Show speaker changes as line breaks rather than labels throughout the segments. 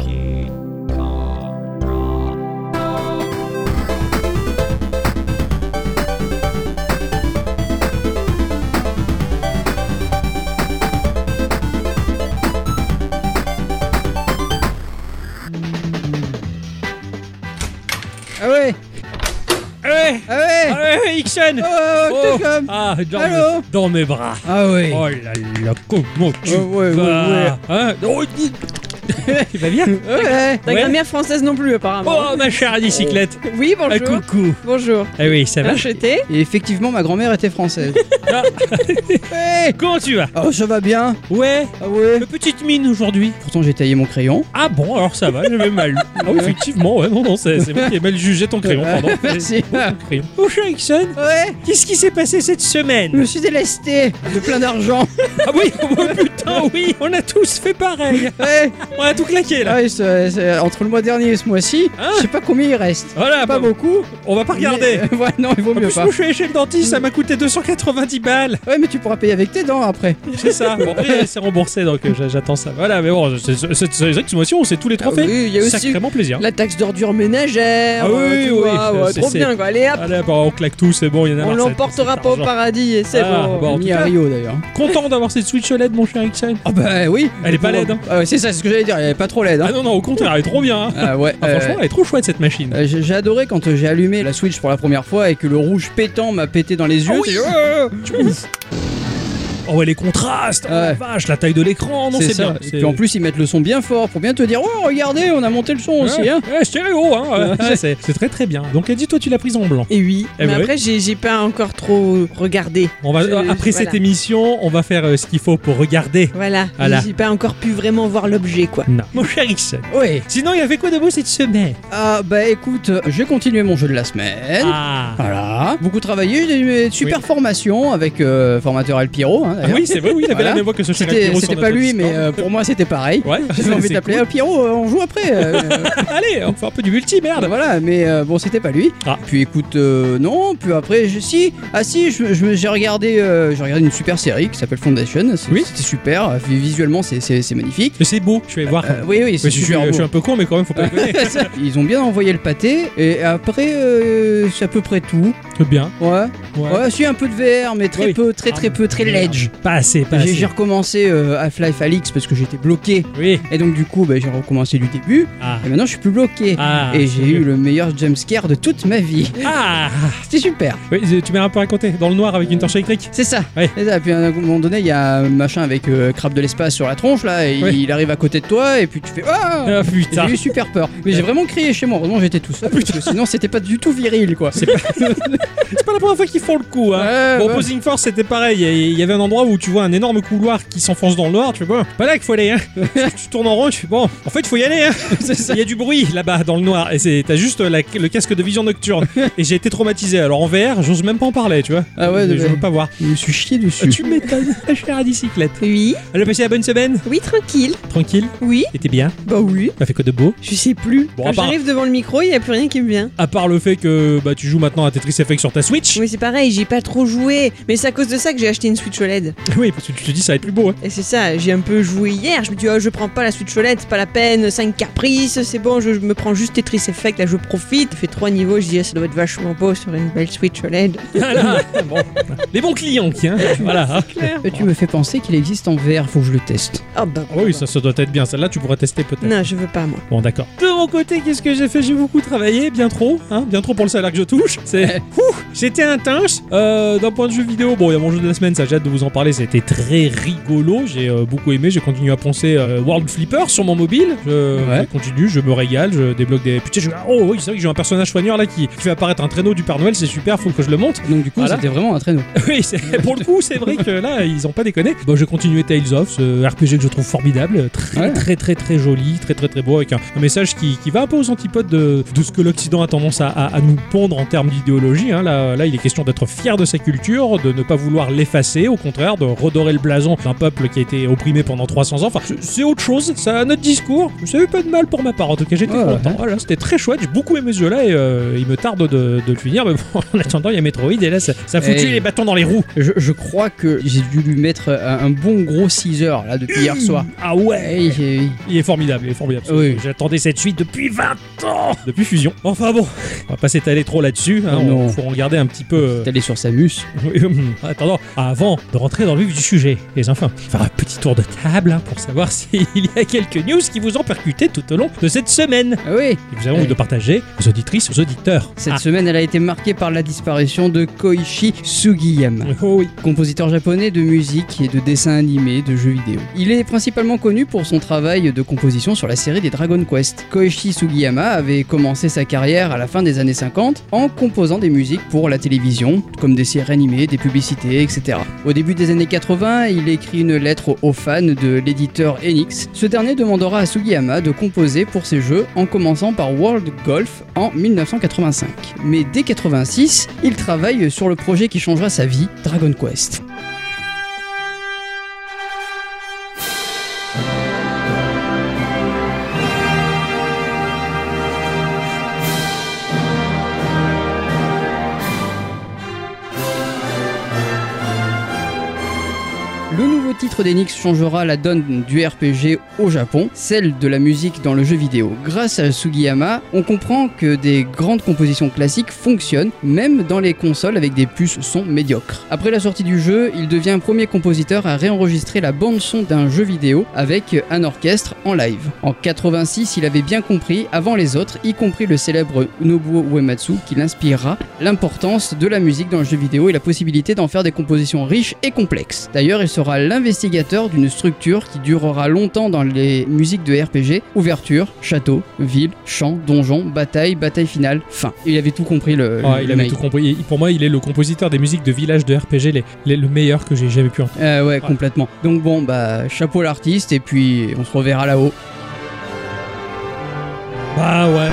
Eh,
Ah ouais
Allez,
Ah ouais
allez, Ixon eh,
Oh,
Oh,
t'es comme
Ah, dans,
Allô
mes, dans mes bras.
Ah ouais
Oh là là, comment tu
Oh, ouais, ouais,
vas
ouais.
Hein Oh, dis- Il va bien
Ouais
Ta
Ouais.
grammaire française non plus, apparemment.
Oh, ma chère bicyclette
Oui,
Oh,
ah,
bonjour.
Coucou
Bonjour.
Ah oui, ça va
Acheté.
Et effectivement, ma grand-mère était française.
Ah.
Ouais.
Comment tu vas
Oh, ça va bien
Ouais,
Ah ouais
une petite mine aujourd'hui.
Pourtant, j'ai taillé mon crayon.
Ah bon, alors ça va, j'avais mal lu. Ah oui, effectivement, ouais, non, non, c'est c'est moi qui ai mal jugé ton crayon, pardon.
Merci.
Ton crayon. Oh, cher Ixon,
Ouais
qu'est-ce qui s'est passé cette
Je
semaine
me suis délesté de plein d'argent.
Ah oui, oh, putain, oui, on a tous fait pareil.
Ouais, Ah
On a tout claqué, là.
ouais c'est- c'est- entre le mois dernier et ce mois-ci,
Hein
je sais pas combien il reste.
Voilà,
Ah, Pas
bon,
beaucoup.
on va Ah bah, pas regarder.
mais- euh, ouais, non, il vaut
En
mieux
plus,
pas.
moi, je suis allé chez le dentiste, ça m'a coûté 290 balles.
Ouais, mais tu pourras payer avec tes dents après.
C'est ça. Bon, et c'est remboursé, donc euh, j'a- j'attends ça. Voilà, mais bon, c'est c'est- c'est- c'est vrai que ce mois-ci, on s'est tous les trois
Ah
fait
oui, il y a aussi
sacrément plaisir.
La taxe d'ordure ménagère.
Ah oui,
euh, tu
oui,
vois,
oui,
ouais,
c'est-
trop
c'est-
bien, quoi. Allez, hop,
Allez, bon, on claque tout, c'est bon, il y en a
on
marre, ça-
l'emportera
cet
pas au
argent.
paradis et c'est
Ah,
bon.
bon. en
Ni
tout
à
cas-
Rio d'ailleurs.
Content d'avoir cette Switch OLED, mon cher Ixon.
Ah bah oui.
Elle est pas laide, hein.
Ah ouais, c'est ça, c'est ce que j'allais dire. Elle est pas trop laide.
Ah
Hein.
non, non, au contraire, elle est trop bien. hein.
Ah ouais.
Ah,
euh,
Franchement, elle est trop chouette cette machine.
euh, j'ai j'ai adoré quand euh, j'ai allumé la Switch pour la première fois et que le rouge pétant m'a pété dans les yeux.
Ah oui.
C'est- Ah,
Oh, ouais, les contrastes, oh, la
Ouais.
vache, la taille de l'écran, non,
c'est
c'est
ça.
bien.
Et
c'est-
puis en plus, ils mettent le son bien fort pour bien te dire Oh, regardez, on a monté le son
Ouais,
aussi. Hein.
ouais, stéréo, hein, ouais,
Ouais.
c'est c'est très très bien. Donc, Eddie, toi, tu l'as prise en blanc.
Et oui.
Eh
mais
ben oui.
après, j'ai j'ai pas encore trop regardé.
On va,
Je-
après cette
voilà.
émission, on va faire euh, ce qu'il faut pour regarder.
Voilà.
Voilà.
J'ai pas encore pu vraiment voir l'objet, quoi.
Non. Mon cher Ixon.
Ouais.
Sinon, il y avait quoi de beau cette semaine
Ah bah écoute, euh, j'ai continué mon jeu de la semaine.
Ah,
Voilà. Beaucoup travaillé, j'ai eu une super formation avec euh, formateur El Piro. hein,
Ah
d'ailleurs.
oui, c'est vrai, oui, il avait
Voilà.
la même voix que ce cher
C'était
Alpiro sur
c'était pas
notre
lui, mais
Discord.
euh, pour moi, c'était pareil.
Ouais,
J'ai envie
c'est
d'appeler El Piro, euh, on joue après. euh,
cool. Allez, on fait un peu du multi, merde.
Voilà, mais euh, bon, c'était pas lui.
Ah.
Puis écoute, euh, non. Puis après, je, si, ah si, je- je- j'ai regardé, euh, j'ai regardé une super série qui s'appelle Foundation. C'est-
Oui.
C'était super. euh, Visuellement, c'est- c'est c'est magnifique.
Mais C'est beau, je vais voir.
Euh, oui, oui,
Ouais,
c'est
Ah. je, suis,
super
je suis
beau.
un peu con, mais quand même, faut pas déconner.
Ils ont bien envoyé le pâté. Et après, euh, c'est à peu près tout.
C'est bien.
Ouais.
Ouais.
Ouais, si un peu de VR, mais très
Oui.
peu, très très peu, très ledge.
Pas assez, pas
J'ai
assez.
j'ai recommencé euh, Half-Life Alix parce que j'étais bloqué.
Oui.
Et donc, du coup, bah, j'ai recommencé du début.
Ah.
Et maintenant, je suis plus bloqué.
Ah.
et j'ai eu le meilleur jumpscare de toute ma vie.
Ah.
C'était super.
Oui, tu m'as un peu raconté dans le noir avec une torche électrique.
C'est ça.
Ouais.
C'est ça. Puis à un moment donné, il y a un machin avec euh, crabe de l'espace sur la tronche là, et
Ouais.
il arrive à côté de toi, et puis tu fais ah.
Ah
Et
putain.
J'ai eu super peur. Mais j'ai vraiment crié chez moi. Heureusement, j'étais tout seul. parce que sinon, c'était pas du tout viril quoi.
Ah, C'est pas... c'est pas la première fois qu'ils font le coup. Hein.
Ouais,
Bon,
ouais.
Opposing Force, c'était pareil. Il y avait un endroit où tu vois un énorme couloir qui s'enfonce dans le noir. Tu fais, bon, pas là qu'il faut aller. Hein. tu, tu tournes en rond, tu fais, bon, en fait, il faut y aller. Hein. Il y a du bruit là-bas dans le noir. Et c'est- t'as juste la- le casque de vision nocturne. Et j'ai été traumatisé. Alors en VR, j'ose même pas en parler, tu vois.
Ah ouais,
je,
de-
je veux pas voir.
Je me suis chié
Ah,
dessus.
tu m'étonnes, ma chère à bicyclette.
Oui.
Elle a passé la bonne semaine
Oui, tranquille.
Tranquille
Oui.
T'étais bien
Bah oui.
T'as fait quoi de beau
Je sais plus.
Bon, à
Quand
part-
j'arrive devant le micro, il y a plus rien qui me vient.
À part le fait que bah, tu joues maintenant à Tetris Effect sur ta Switch.
Oui, c'est pareil, j'ai pas trop joué. Mais c'est à cause de ça que j'ai acheté une Switch OLED.
Oui, parce que tu te dis, ça va être plus beau. hein.
Et c'est ça, j'ai un peu joué hier. Je me dis, oh, je prends pas la Switch OLED, c'est pas la peine. 5 caprices, c'est bon, je, je me prends juste Tetris Effect. Là, je profite. Je fais 3 niveaux, je dis, ah, ça doit être vachement beau sur une belle Switch OLED.
Voilà. Bon. Les bons clients, qui, hein. Voilà.
Et tu me fais penser qu'il existe en VR. Faut que je le teste.
Ah bah.
Ah Oui, ça, ça doit être bien. Celle-là, tu pourras tester peut-être.
Non, je veux pas, moi.
Bon, d'accord. De mon côté, qu'est-ce que j'ai fait J'ai beaucoup travaillé, bien trop, hein, bien trop pour le salaire que je touche. C'est. Ouh, C'était intense. Euh, D'un point de vue vidéo, bon, il y a mon jeu de la semaine, ça j'ai hâte de vous en parler. C'était très rigolo. J'ai euh, beaucoup aimé. J'ai continué à poncer euh, World Flipper sur mon mobile. Je,
Ouais.
je continue, je me régale, je débloque des. Putain, je... oh oui, c'est vrai que j'ai un personnage soigneur là qui fait apparaître un traîneau du Père Noël. C'est super, faut que je le monte.
Donc du coup,
Voilà.
c'était vraiment un traîneau.
Oui, c'est- pour le coup, c'est vrai que là, ils ont pas déconné. Bon, je continuais Tales of, ce RPG que je trouve formidable, très
Ouais.
très très très joli, très très très beau, avec un, un message qui, qui va un peu aux antipodes de, de ce que l'Occident a tendance à, à- à nous pondre en termes d'idéologie. hein. Là, là, il est question d'être fier de sa culture, de ne pas vouloir l'effacer, au contraire, de redorer le blason d'un peuple qui a été opprimé pendant 300 ans. Enfin, c'est- c'est autre chose, ça a notre discours. Ça a eu pas de mal pour ma part, en tout cas, j'étais
Ouais,
content.
ouais.
Voilà, c'était très chouette, j'ai beaucoup aimé ce jeu-là et euh, il me tarde de, de le finir. Mais bon, en attendant, il y a Metroid et là, ça, ça a foutu
Hey.
les bâtons dans les roues.
Je, je crois que j'ai dû lui mettre un, un bon gros 6 heures là depuis hier soir.
Ah ouais
Ouais, j'ai-
Il est formidable, il est formidable.
Oui.
J'attendais cette suite depuis 20 ans Depuis Fusion. Enfin bon, on va pas s'étaler trop là-dessus. hein,
Oh
on-
non.
Euh. faut en garder un petit peu...
T'es allé sur Samus.
euh, hum. Attendant, avant de rentrer dans le vif du sujet, les enfants. Faire un petit tour de table hein, pour savoir s'il y a quelques news qui vous ont percuté tout au long de cette semaine.
Ah oui
Et nous avons envie de partager aux auditrices, aux auditeurs. Ah.
Cette semaine, elle a été marquée par la disparition de Koichi Sugiyama.
Ah, oh oui.
compositeur japonais de musique et de dessins animés, de jeux vidéo. Il est principalement connu pour son travail de composition sur la série des Dragon Quest. Koichi Sugiyama avait commencé sa carrière à la fin des années 50 en composant des musiques pour la télévision, comme des séries animées, des publicités, etc. Au début des années 80, il écrit une lettre aux fans de l'éditeur Enix. Ce dernier demandera à Sugiyama de composer pour ses jeux en commençant par World Golf en 1985. Mais dès 86, il travaille sur le projet qui changera sa vie, Dragon Quest. Le nouveau titre d'Enix changera la donne du RPG au Japon, celle de la musique dans le jeu vidéo. Grâce à Sugiyama, on comprend que des grandes compositions classiques fonctionnent, même dans les consoles avec des puces son médiocres. Après la sortie du jeu, il devient premier compositeur à réenregistrer la bande-son d'un jeu vidéo avec un orchestre en live. En 86, il avait bien compris, avant les autres, y compris le célèbre Nobuo Uematsu qui l'inspirera, l'importance de la musique dans le jeu vidéo et la possibilité d'en faire des compositions riches et complexes. D'ailleurs, il sera l'investigateur d'une structure qui durera longtemps dans les musiques de RPG ouverture, château, ville, champ, donjon, bataille, bataille finale, fin. Il avait tout compris le.
Ah,
le
il avait
mec.
tout compris. Et pour moi, il est le compositeur des musiques de village de RPG, les- les- le meilleur que j'ai jamais pu entendre.
Euh, ouais, complètement. Donc bon, bah chapeau l'artiste et puis on se reverra là-haut.
Bah ouais.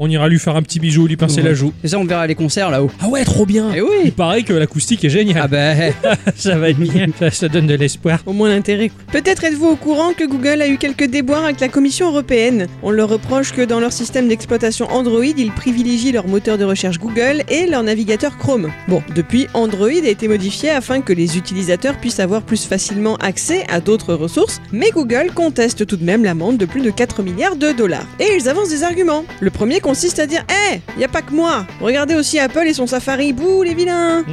On ira lui faire un petit bijou, lui pincer
Ouais.
la joue.
Et ça, on verra les concerts là-haut.
Ah ouais, trop bien.
Eh
Il
oui.
paraît que l'acoustique est
Ah
géniale.
bah.
Ah ça va être bien. ça, ça donne de l'espoir.
Au moins l'intérêt. quoi. Peut-être êtes-vous au courant que Google a eu quelques déboires avec la Commission européenne. On leur reproche que dans leur système d'exploitation Android, ils privilégient leur moteur de recherche Google et leur navigateur Chrome. Bon, depuis, Android a été modifié afin que les utilisateurs puissent avoir plus facilement accès à d'autres ressources, mais Google conteste tout de même l'amende de plus de 4 milliards de dollars. Et ils avancent des arguments. Le premier consiste à dire Hé, il y a pas que moi Regardez aussi Apple et son Safari, bouh les vilains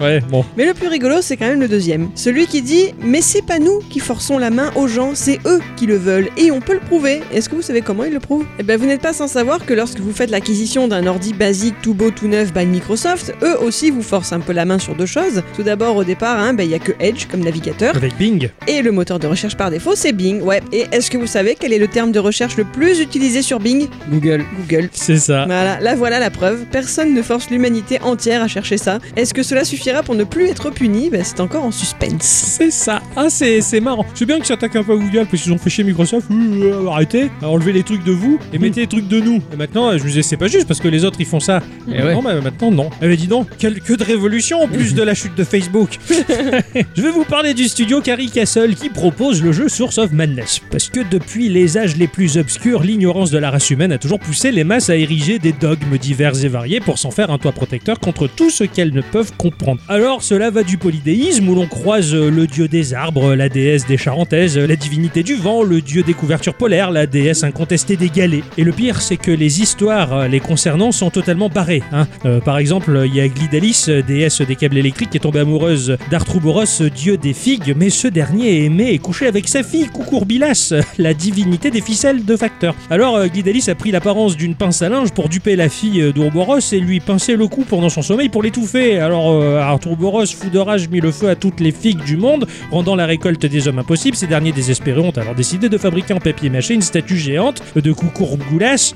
ouais, bon.
mais le plus rigolo, c'est quand même le deuxième. Celui qui dit Mais c'est pas nous qui forçons la main aux gens, c'est eux qui le veulent et on peut le prouver. Est-ce que vous savez comment ils le prouvent Eh ben, vous n'êtes pas sans savoir que lorsque vous faites l'acquisition d'un ordi basique tout beau tout neuf by Microsoft, eux aussi vous forcent un peu la main sur deux choses. Tout d'abord, au départ, hein, ben, il y a que Edge comme navigateur
Avec Bing.
et le moteur de recherche par défaut, c'est Bing. Ouais. Et est-ce que vous savez quel est le terme de recherche le plus utilisé sur Bing
Google.
Google.
C'est ça.
Voilà, là voilà la preuve. Personne ne force l'humanité entière à chercher ça. Est-ce que cela suffira pour ne plus être puni Ben, C'est encore en suspense.
C'est ça. Ah, c'est c'est marrant. C'est bien qu'ils s'attaquent un peu à Google parce qu'ils ont fait chez Microsoft. Euh, euh, arrêtez, euh, enlevez les trucs de vous et mettez les trucs de nous. Et maintenant, euh, je me disais, c'est pas juste parce que les autres ils font ça.
Eh
Non, mais maintenant, non. Eh ben, dis donc, quelle queue de révolution en plus de la chute de Facebook. je vais vous parler du studio Carrie Castle qui propose le jeu Source of Madness. Parce que depuis les âges les plus obscurs, l'ignorance de la race humaine a toujours poussé les masses à ériger des dogmes divers et variés pour s'en faire un toit protecteur contre tout ce qu'elles ne peuvent comprendre. Alors, cela va du polydéisme où l'on croise euh, le dieu des arbres, la déesse des charentaises, la divinité du vent, le dieu des couvertures polaires, la déesse incontestée des galets. Et le pire, c'est que les histoires euh, les concernant sont totalement barrées. hein. Euh, par exemple, il y a Glidalis, euh, déesse des câbles électriques, qui est tombée amoureuse d'Artrouboros, euh, dieu des figues, mais ce dernier est aimé et couché avec sa fille Coucourbilas, euh, la divinité des ficelles de facteur. Alors, euh, Glidalis a pris l'apparence d'une pince à linge pour duper la fille euh, d'Ouroboros et lui pincer le cou pendant son sommeil pour l'étouffer. Alors, euh, Artrouboros, fou de rage, mit le feu à toutes les figues du monde Rendant la récolte des hommes impossible, ces derniers désespérés ont alors décidé de fabriquer en papier mâché une statue géante de Coucourgoulash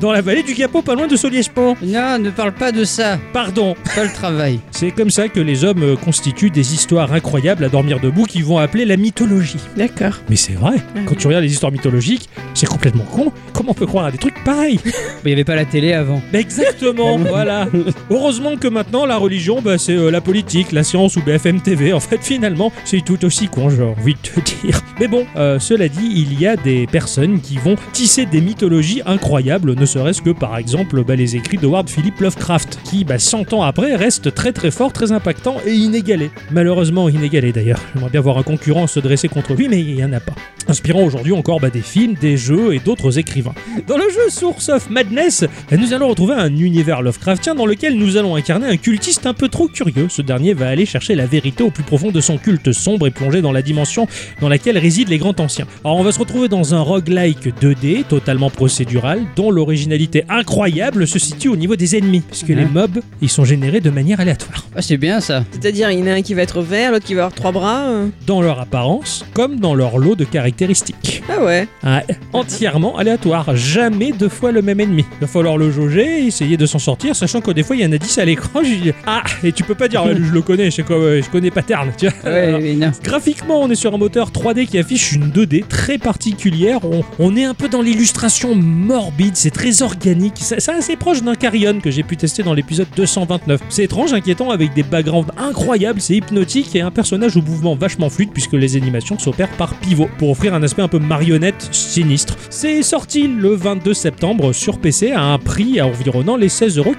dans la vallée du Capot, pas loin de Soliespont.
Non, ne parle pas de ça.
Pardon.
Pas le travail.
C'est comme ça que les hommes euh, constituent des histoires incroyables à dormir debout qu'ils vont appeler la mythologie.
D'accord.
Mais c'est vrai, quand tu regardes les histoires mythologiques, c'est complètement con. Comment on peut croire à des trucs pareils
Mais il n'y avait pas la télé avant.
Mais Exactement, voilà. Heureusement que maintenant, la religion, bah, c'est euh, la politique, la science ou BFM TV. En fait, finalement, c'est tout aussi con, j'ai envie de te dire. Mais bon, euh, cela dit, il y a des personnes qui vont tisser des mythologies incroyables, ne serait-ce que par exemple bah, les écrits d'Howard Philip Lovecraft, qui, bah, 100 ans après, restent très très forts, très impactants et inégalés. Malheureusement, inégalés d'ailleurs. J'aimerais bien voir un concurrent se dresser contre lui, mais il n'y en a pas. Inspirant aujourd'hui encore bah, des films, des jeux et d'autres écrivains. Dans le jeu Source Source of Madness, nous allons retrouver un univers Lovecraftien dans lequel nous allons incarner un cultiste un peu trop curieux. Ce dernier va aller chercher la vérité au plus profond de son culte sombre et plonger dans la dimension dans laquelle résident les grands anciens. Alors on va se retrouver dans un roguelike 2D totalement procédural dont l'originalité incroyable se situe au niveau des ennemis puisque les mobs ils sont générés de manière aléatoire
Ah, c'est bien ça.
C'est-à-dire, il y en a un qui va être vert, l'autre qui va avoir trois bras. euh.
dans leur apparence comme dans leur lot de caractéristiques.
Ah ouais.
Ah, entièrement aléatoire, jamais deux fois le même ennemi. Il va falloir le jauger, essayer de s'en sortir sachant que des fois il y en a 10 à l'écran, je dis, ah et tu peux pas dire je le connais, je, sais quoi, ouais, je connais Pattern, tu vois.
Ouais, oui, non.
Graphiquement, on est sur un moteur 3D qui affiche une 2D très particulière. On, on est un peu dans l'illustration morbide, c'est très organique. Ça- C'est assez proche d'un Carrion que j'ai pu tester dans l'épisode 229. C'est étrange, inquiétant, avec des backgrounds incroyables, c'est hypnotique et un personnage au mouvement vachement fluide puisque les animations s'opèrent par pivot pour offrir un aspect un peu marionnette sinistre. C'est sorti le 22 septembre sur PC à un prix environnant les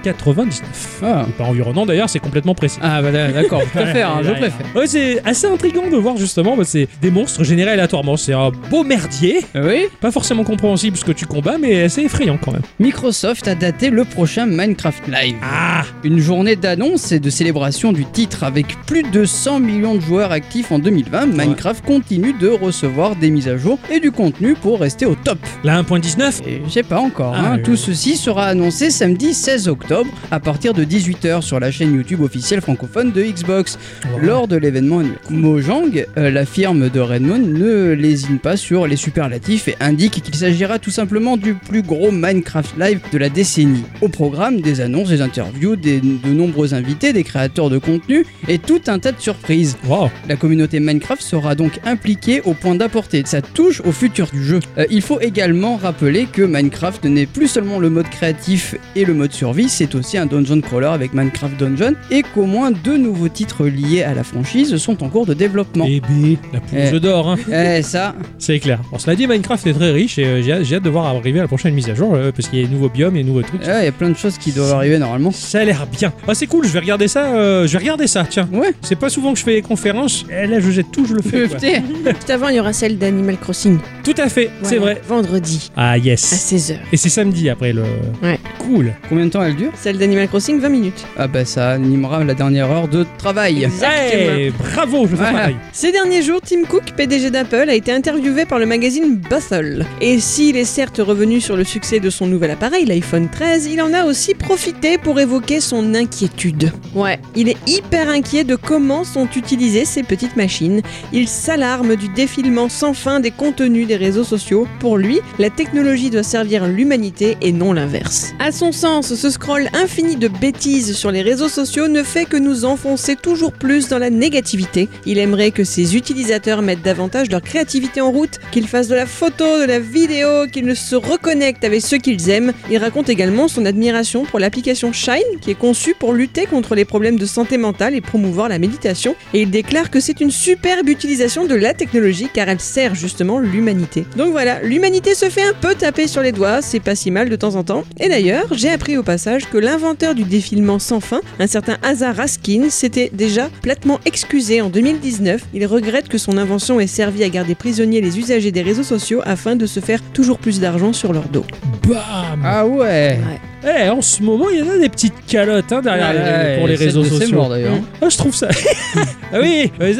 16,99€.
Ah.
Pas environnant d'ailleurs, c'est complètement précis.
Ah, bah d'accord, je préfère, hein, je
Ouais,
préfère.
Ouais, c'est assez intriguant de voir justement, bah, c'est des monstres générés aléatoirement. C'est un beau merdier,
Oui,
pas forcément compréhensible ce que tu combats, mais assez effrayant quand même.
Microsoft a daté le prochain Minecraft Live.
Ah
Une journée d'annonce et de célébration du titre avec plus de 100 millions de joueurs actifs en 2020, Minecraft continue de recevoir des mises à jour et du contenu pour rester au top.
La 1.19
Et je sais pas encore,
Ah,
hein,
oui,
tout
oui.
ceci sera annoncé samedi 16 octobre à partir de 18h sur la chaîne YouTube officielle francophone de Xbox lors de l'événement annuel. Mojang, euh, la firme de Redmond, ne lésine pas sur les superlatifs et indique qu'il s'agira tout simplement du plus gros Minecraft Live de la décennie. Au programme, des annonces, des interviews, des- de nombreux invités, des créateurs de contenu et tout un tas de surprises.
Wow.
La communauté Minecraft sera donc impliquée au point d'apporter sa touche au futur du jeu. Euh, il faut également rappeler que Minecraft n'est plus seulement le mode créatif et le mode survie, c'est aussi un dungeon crawler avec Minecraft Dungeon et qu'au moins deux nouveaux titres liés à la franchise sont en cours de développement.
Bébé, ben, la poule
Eh.
d'or, hein.
Eh ça,
c'est clair. On se l'a dit, Minecraft est très riche et euh, j'ai j'ai hâte de voir arriver à la prochaine mise à jour euh, parce qu'il y a des nouveaux biomes et des nouveaux trucs.
eh, il y a plein de choses qui doivent arriver normalement.
Ça a l'air bien. Ah, c'est cool, je vais regarder ça. euh, je vais regarder ça, tiens.
Ouais.
C'est pas souvent que je fais les conférences. Et là, je jette tout, je le fais. quoi.
Putain.
Juste avant, il y aura celle d'Animal Crossing.
Tout à fait, c'est
Voilà,
vrai.
Vendredi,
Ah,
à
yes.
16h.
Et c'est samedi après le.
Ouais.
Cool.
Combien de temps elle dure
Celle d'Animal Crossing, 20 minutes.
Ah bah ça animera la dernière heure de travail.
Hey, Eh, bravo, je fais
Voilà.
pareil.
Ces derniers jours, Tim Cook, PDG d'Apple, a été interviewé par le magazine Bustle. Et s'il est certes revenu sur le succès de son nouvel appareil, l'iPhone 13, il en a aussi profité pour évoquer son inquiétude. Ouais, il est hyper inquiet de comment sont utilisées ces petites machines. Il s'alarme du défilement sans fin des contenus des réseaux sociaux. Pour lui, la technologie doit servir l'humanité et non l'inverse. À son sens, ce scroll infini de bêtises sur les réseaux sociaux ne fait que nous enfoncer toujours plus dans la négativité. Il aimerait que ses utilisateurs mettent davantage leur créativité en route, qu'ils fassent de la photo, de la vidéo, qu'ils ne se reconnectent avec ceux qu'ils aiment. Il raconte également son admiration pour l'application Shine, qui est conçue pour lutter contre les problèmes de santé mentale et promouvoir la méditation. Et il déclare que c'est une superbe utilisation de la technologie car elle sert justement l'humanité. Donc voilà, l'humanité se fait un peu taper sur les doigts, c'est pas si mal de temps en temps. Et d'ailleurs, j'ai appris au passage que l'inventeur du défilement sans fin, un certain Hazar Raskin, s'était déjà platement excusé en 2019. Il regrette que son invention ait servi à garder prisonniers les usagers des réseaux sociaux afin de se faire toujours plus d'argent sur leur dos.
Bam
Ah ouais.
Eh, En ce moment, il y en a des petites calottes hein, derrière les-
Ouais,
pour les
celle
réseaux
de ses
sociaux.
morts, d'ailleurs.
Mm.
Ah, je trouve ça. ah oui les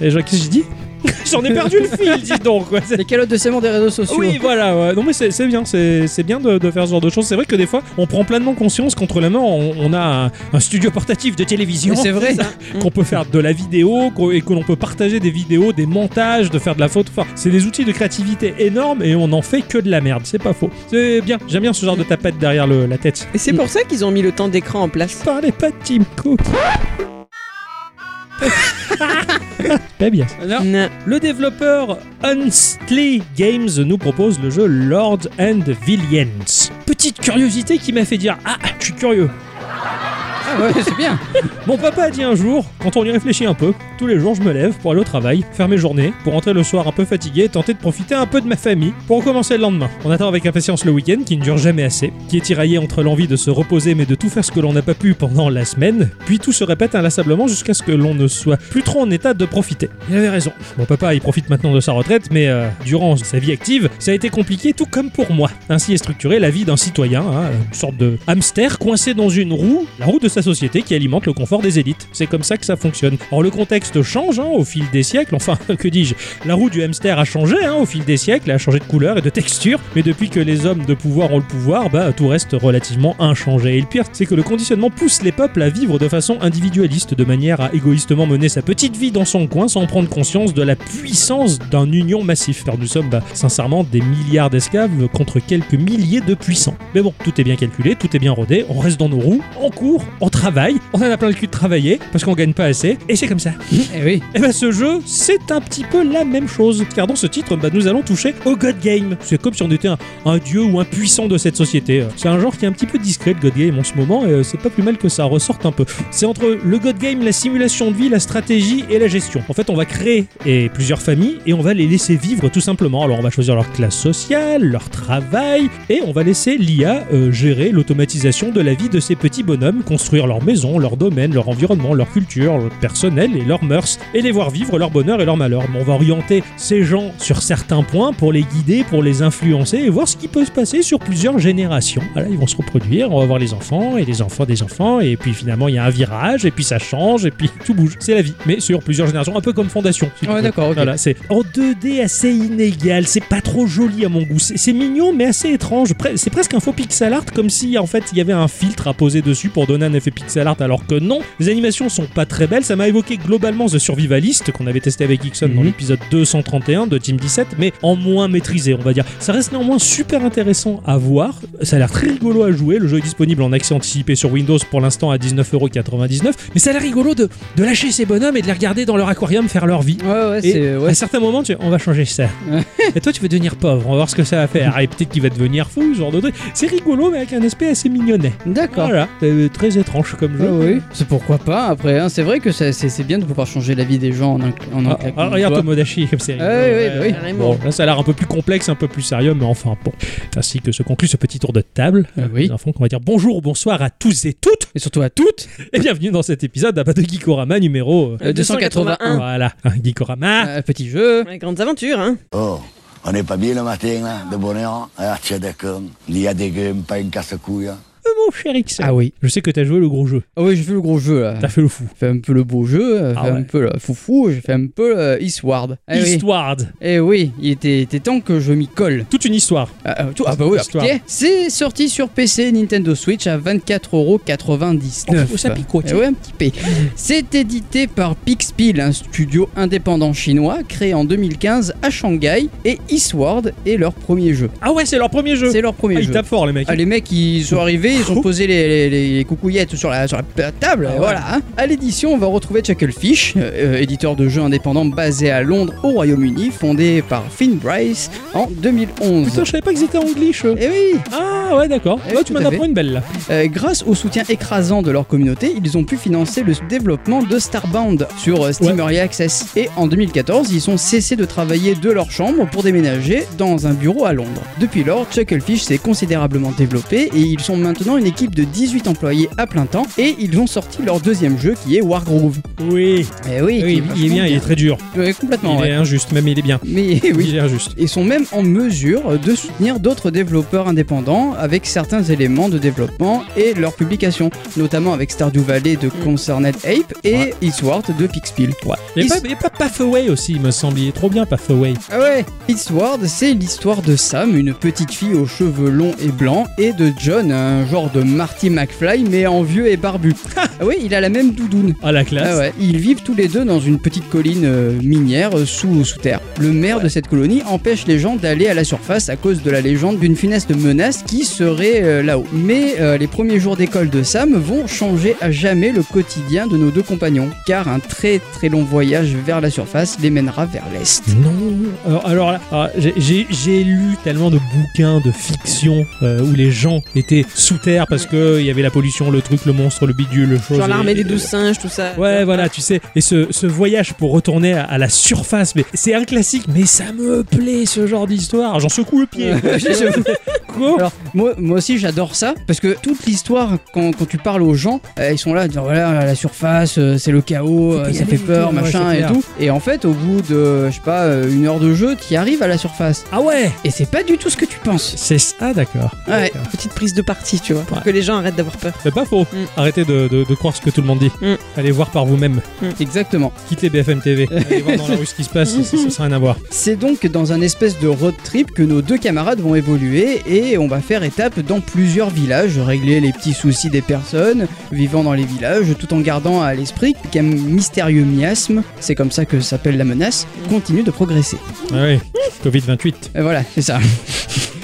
Qu'est-ce que j'ai dit J'en ai perdu le fil, dis donc. quoi.
Les calottes de séments des réseaux sociaux.
Oui, voilà. ouais. Non, mais c'est c'est bien, c'est c'est bien de, de faire ce genre de choses. C'est vrai que des fois, on prend pleinement conscience qu'entre la main, on, on a un, un studio portatif de télévision.
Mais c'est vrai.
qu'on peut faire de la vidéo qu'on- et que l'on peut partager des vidéos, des montages, de faire de la photo. Enfin, c'est des outils de créativité énormes et on n'en fait que de la merde. C'est pas faux. C'est bien. J'aime bien ce genre de tapette derrière le- la tête.
Et c'est pour ça qu'ils ont mis le temps d'écran en place.
Parlez pas de Tim Cook. pas bien.
Ah Non.
Non.
Le développeur Unstly Games nous propose le jeu Lord and Villains. Petite curiosité qui m'a fait dire Ah, je suis curieux.
Ouais, c'est bien.
Mon papa a dit un jour, quand on y réfléchit un peu, tous les jours je me lève pour aller au travail, faire mes journées, pour rentrer le soir un peu fatigué et tenter de profiter un peu de ma famille pour recommencer le lendemain. On attend avec impatience le week-end qui ne dure jamais assez, qui est tiraillé entre l'envie de se reposer mais de tout faire ce que l'on n'a pas pu pendant la semaine, puis tout se répète inlassablement jusqu'à ce que l'on ne soit plus trop en état de profiter. Il avait raison. Mon papa, il profite maintenant de sa retraite, mais euh, durant sa vie active, ça a été compliqué tout comme pour moi. Ainsi est structurée la vie d'un citoyen, hein, une sorte de hamster coincé dans une roue, la roue de sa société qui alimente le confort des élites. C'est comme ça que ça fonctionne. Or le contexte change hein, au fil des siècles, enfin que dis-je, la roue du hamster a changé hein, au fil des siècles, elle a changé de couleur et de texture, mais depuis que les hommes de pouvoir ont le pouvoir, bah tout reste relativement inchangé. Et le pire, c'est que le conditionnement pousse les peuples à vivre de façon individualiste, de manière à égoïstement mener sa petite vie dans son coin sans prendre conscience de la puissance d'un union massif. Car nous sommes bah, sincèrement des milliards d'esclaves contre quelques milliers de puissants. Mais bon, tout est bien calculé, tout est bien rodé, on reste dans nos roues, on court, on travaille, on en a plein le cul de travailler parce qu'on gagne pas assez, et c'est comme ça.
Eh oui.
Et bah ce jeu, c'est un petit peu la même chose, car dans ce titre, bah, nous allons toucher au God Game. C'est comme si on était un, un dieu ou un puissant de cette société. Euh, C'est un genre qui est un petit peu discret, le God Game, en ce moment, et euh, c'est pas plus mal que ça ressorte un peu. C'est entre le God Game, la simulation de vie, la stratégie et la gestion. En fait, on va créer et plusieurs familles et on va les laisser vivre tout simplement. Alors, on va choisir leur classe sociale, leur travail, et on va laisser l'IA euh, gérer l'automatisation de la vie de ces petits bonhommes, construire leur maison, leur domaine, leur environnement, leur culture, leur personnel et leurs mœurs, et les voir vivre leur bonheur et leur malheur. Mais on va orienter ces gens sur certains points pour les guider, pour les influencer et voir ce qui peut se passer sur plusieurs générations. Voilà, ils vont se reproduire, on va voir les enfants et les enfants des enfants, et puis finalement il y a un virage, et puis ça change, et puis tout bouge. C'est la vie, mais sur plusieurs générations, un peu comme Fondation. si tu
Ouais,
veux.
d'accord, ok.
Voilà, c'est en 2D assez inégal, c'est pas trop joli à mon goût. C'est c'est mignon, mais assez étrange. Pre- C'est presque un faux pixel art, comme si en fait il y avait un filtre à poser dessus pour donner un effet pixel art, alors que non. Les animations sont pas très belles. Ça m'a évoqué globalement The Survivalist qu'on avait testé avec Ixon dans
Mhm.
l'épisode 231 de Team 17, mais en moins maîtrisé, on va dire. Ça reste néanmoins super intéressant à voir. Ça a l'air très rigolo à jouer. Le jeu est disponible en accès anticipé sur Windows pour l'instant à 19,99€. Mais ça a l'air rigolo de, de lâcher ces bonhommes et de les regarder dans leur aquarium faire leur vie.
Ouais, ouais,
Et
c'est.
à
Ouais.
certains moments, tu on va changer ça. et toi, tu vas devenir pauvre, on va voir ce que ça va faire. Ah, Et peut-être qu'il va devenir fou, ce genre de truc. C'est rigolo, mais avec un aspect assez mignonnet.
Ah, D'accord.
Voilà, c'est très étrange comme
Ah
jeu.
oui, c'est pourquoi pas après. hein. C'est vrai que ça- c'est c'est bien de pouvoir changer la vie des gens en un, en un
Ah,
claquement
ah,
de
regarde
doigts.
Tomodachi comme série.
Ah oui, oui, bah oui.
Carrément.
là, ça a l'air un peu plus complexe, un peu plus sérieux, mais enfin bon. Ainsi que se conclut ce petit tour de table.
Ah oui.
Les enfants, qu'on va dire bonjour, bonsoir à tous et toutes,
Et surtout à toutes,
et bienvenue dans cet épisode d'Abba de Gikorama numéro. euh,
euh, 281.
Voilà, hein, Gikorama.
Euh, petit jeu.
Ouais, grandes aventures, hein.
Oh, on n'est pas bien le matin, là, de bonne heure Ah, tiens, d'accord. Il y a des games, pas une casse-couille. hein.
Euh, Mon cher X.
Ah oui.
Je sais que t'as joué le gros jeu.
Ah oui, j'ai fait le gros jeu là.
T'as fait le fou.
J'ai fait un peu le beau jeu, euh,
Ah
fait un
ouais.
peu le foufou, j'ai fait un peu le Eastward. Eh oui.
Histoire.
Eh oui, il était, était temps que je m'y colle.
Toute une histoire.
Ah, euh, tout- ah bah oui,
Histoire.
ok. C'est sorti sur PC, Nintendo Switch à 24,99€.
Oh, ça pique, quoi,
Eh
tiens.
ouais, un petit P. C'est édité par Pixpil, un studio indépendant chinois créé en 2015 à Shanghai et Eastward est leur premier jeu.
Ah ouais, c'est leur premier jeu.
C'est leur premier
Ah, ils
jeu.
tapent fort les mecs.
Ah, les mecs, ils sont arrivés, ils ont posé les, les- les- les coucouillettes sur la, sur la table,
Ah ouais.
voilà. hein. À l'édition, on va retrouver Chucklefish, euh, euh, éditeur de jeux indépendant basé à Londres, au Royaume-Uni, fondé par Finn Bryce en 2011.
Putain, je savais pas que c'était en English.
Eh oui
Ah ouais, d'accord.
Eh,
Là, tu
tout
m'en
à fait.
apprends une belle là.
Euh, Grâce au soutien écrasant de leur communauté, ils ont pu financer le développement de Starbound sur euh, Steam
Ouais.
Early Access. Et en 2014, ils ont cessé de travailler de leur chambre pour déménager dans un bureau à Londres. Depuis lors, Chucklefish s'est considérablement développé et ils sont maintenant une équipe de 18 employés à plein temps et ils ont sorti leur deuxième jeu qui est Wargroove.
Oui.
Eh oui, qui
oui il est bien, il est très dur.
Ouais, complètement,
il
ouais.
est injuste, même il est bien.
Mais oui,
Il est injuste.
et sont même en mesure de soutenir d'autres développeurs indépendants avec certains éléments de développement et leur publication, notamment avec Stardew Valley de Concerned Ape et
Ouais.
Eastward de Pixpil.
Ouais. Et
Ils-
pas, et pas Pathaway aussi, il me semble. Il est trop bien, Pathaway.
Ah ouais Eastward, c'est l'histoire de Sam, une petite fille aux cheveux longs et blancs, et de John, un genre de Marty McFly mais en vieux et barbu. ah ouais, il a la même doudoune.
Ah, la classe.
Ah ouais, ils vivent tous les deux dans une petite colline euh, minière euh, sous, sous terre. Le maire de cette colonie empêche les gens d'aller à la surface à cause de la légende d'une funeste menace qui serait euh, là-haut. Mais euh, les premiers jours d'école de Sam vont changer à jamais le quotidien de nos deux compagnons, car un très très long voyage vers la surface les mènera vers l'est.
Non. Alors, alors là, ah, alors, j'ai- j'ai j'ai lu tellement de bouquins de fiction euh, où les gens étaient sous terre guerre parce que il y avait la pollution, le truc, le monstre, le bidule, le chose.
Genre l'armée
et-
des douze singes, tout ça.
Ouais, voilà, tu sais. Et ce, ce voyage pour retourner à, à la surface, mais c'est un classique, mais ça me plaît ce genre d'histoire. J'en secoue le pied. quoi. Quoi
Alors, moi, moi aussi, j'adore ça, parce que toute l'histoire, quand, quand tu parles aux gens, euh, ils sont là, disant voilà, à la surface, euh, c'est le chaos, euh,
y
ça
aller
fait
vite,
peur,
ouais,
machin
c'est
et
clair.
tout. Et en fait, au bout de, je sais pas, euh, une heure de jeu, tu arrives à la surface.
Ah ouais
Et c'est pas du tout ce que tu penses.
C'est ça, d'accord.
Ouais.
D'accord.
euh, Petite prise de parti, tu vois, pour
Ouais.
que les gens arrêtent d'avoir peur.
C'est pas faux.
Mm.
Arrêtez de, de- de croire ce que tout le monde dit.
Mm.
Allez voir par vous-même.
Exactement.
Quittez BFM TV. Allez voir dans la rue ce qui se passe, ça, ça sert à rien à voir.
C'est donc dans un espèce de road trip que nos deux camarades vont évoluer et on va faire étape dans plusieurs villages, régler les petits soucis des personnes vivant dans les villages tout en gardant à l'esprit qu'un mystérieux miasme, c'est comme ça que s'appelle la menace, continue de progresser.
Ah oui, Covid-28.
Et voilà, c'est ça.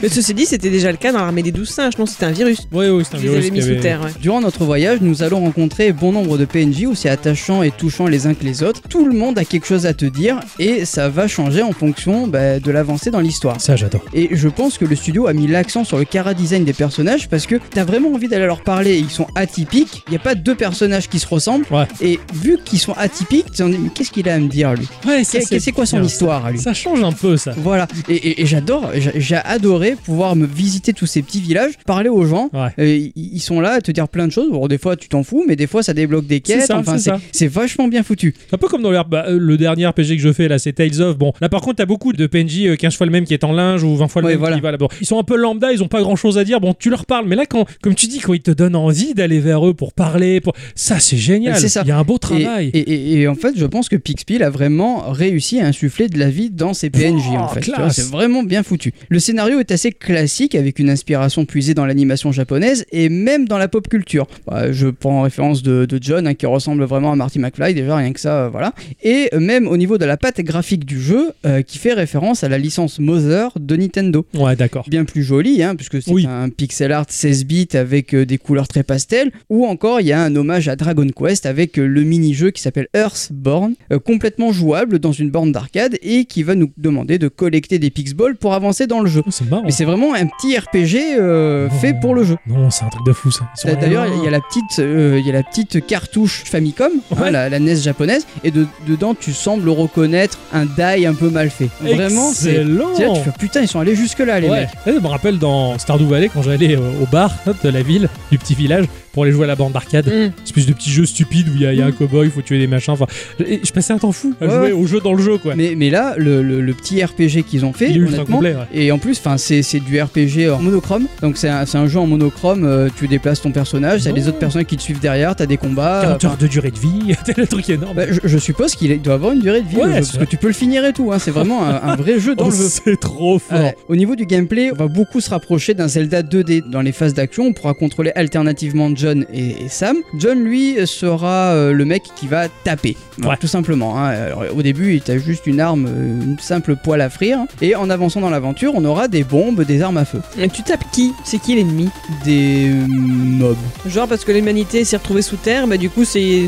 Mais ceci dit, c'était déjà le cas dans l'armée des douze singes, non C'était un virus.
Oui, oui, c'est un
Ils les
virus
avaient
qui
mis sous
avait-
terre, ouais.
Durant notre voyage, nous allons rencontrer bon nombre de PNJ aussi attachants et touchants les uns que les autres. Tout le monde a quelque chose à te dire et ça va changer en fonction bah, de l'avancée dans l'histoire.
Ça, j'adore.
Et je pense que le studio a mis l'accent sur le cara design des personnages parce que t'as vraiment envie d'aller leur parler. Ils sont atypiques. Il n'y a pas deux personnages qui se ressemblent.
Ouais.
Et vu qu'ils sont atypiques, tu en dis mais qu'est-ce qu'il a à me dire lui
Ouais,
Qu'est- qu'est- C'est quoi son
Tiens,
histoire à lui
Ça change un peu, ça.
Voilà. Et, et- et j'adore. j'a- J'ai adoré pouvoir me visiter tous ces petits villages, parler aux gens.
Ouais.
Euh, ils- ils sont là à te dire plein de choses. Bon, des fois tu t'en fous, mais des fois ça débloque des
C'est
quêtes.
ça,
enfin,
c'est
c'est
ça.
c'est vachement bien foutu.
C'est Un peu comme dans le, bah, euh, le dernier RPG que je fais là, c'est Tales of. Bon, là par contre, t'as beaucoup de PNJ euh, 15 fois le même qui est en linge ou 20 fois le
Ouais,
même
voilà.
qui va là. Bon, ils sont un peu lambda, ils ont pas grand chose à dire. Bon, tu leur parles, mais là, quand, comme tu dis, quand ils te donnent envie d'aller vers eux pour parler, pour... ça c'est génial.
C'est ça.
Il y a un beau
Et,
travail.
et- et- et en fait, je pense que Pixpil a vraiment réussi à insuffler de la vie dans ses PNJ. en
Oh,
fait, Tu vois,
classe.
c'est vraiment bien foutu. Le scénario est assez classique avec une inspiration puisée dans l'animation japonaise et même dans la pop culture. Bah, je prends en référence de, de John hein, qui ressemble vraiment à Marty McFly déjà rien que ça, euh, voilà. Et même au niveau de la patte graphique du jeu, euh, qui fait référence à la licence Mother de Nintendo
Ouais, d'accord.
bien plus joli, hein, puisque c'est
Oui.
un pixel art 16 bits avec euh, des couleurs très pastel, ou encore il y a un hommage à Dragon Quest avec euh, le mini-jeu qui s'appelle Earthborn, euh, complètement jouable dans une borne d'arcade et qui va nous demander de collecter des pixballs pour avancer dans le jeu.
Oh, C'est marrant.
Mais c'est vraiment un petit RPG euh, fait pour le jeu.
Non, c'est un truc de fou ça. Ils sont
D'ailleurs,
vraiment-
il y a la petite, euh, il y a la petite cartouche Famicom, hein,
Ouais.
la, la NES japonaise, et de- dedans tu sembles reconnaître un die un peu mal fait. Vraiment, c'est,
Excellent.
c'est-à-dire, tu fais putain, ils sont allés jusque là les
Ouais.
mecs.
Eh, Je me rappelle dans Stardew Valley quand j'allais euh, au bar hein, de la ville, du petit village, pour aller jouer à la bande d'arcade.
Mm.
espèce de petit jeu stupide où il y, a- il y a un cowboy, il faut tuer des machins. Enfin, et je passais un temps fou à
Ouais, ouais.
jouer au jeu dans le jeu, quoi.
Mais, mais là, le, le- le petit RPG qu'ils ont fait,
il est ultra
honnêtement, euh,
complet, ouais.
et en plus, 'fin, c'est c'est du RPG en monochrome. Donc c'est un, c'est un jeu en monochrome, euh, tu déplaces ton personnage, t'as
Oh.
les autres personnages qui te suivent derrière, t'as des combats.
40
euh,
heures de durée de vie, t'as le truc énorme.
bah, je, je suppose qu'il doit avoir une durée de vie,
Ouais,
le jeu,
c'est
parce que
vrai.
tu peux le finir et tout. hein, c'est vraiment un, un vrai jeu dans
Oh,
le jeu.
c'est trop fort.
Ouais. Au niveau du gameplay, on va beaucoup se rapprocher d'un Zelda 2D. Dans les phases d'action, on pourra contrôler alternativement John et, et Sam. John, lui, sera euh, le mec qui va taper, Voilà,
Ouais.
tout simplement. hein. Alors, au début, il t'a juste une arme, euh, une simple poêle à frire. Et en avançant dans l'aventure, on aura des bombes, des armes à feu,
Mais Mmh. tu tapes qui C'est qui l'ennemi
des euh, mobs.
Genre parce que l'humanité s'est retrouvée sous terre, bah du coup c'est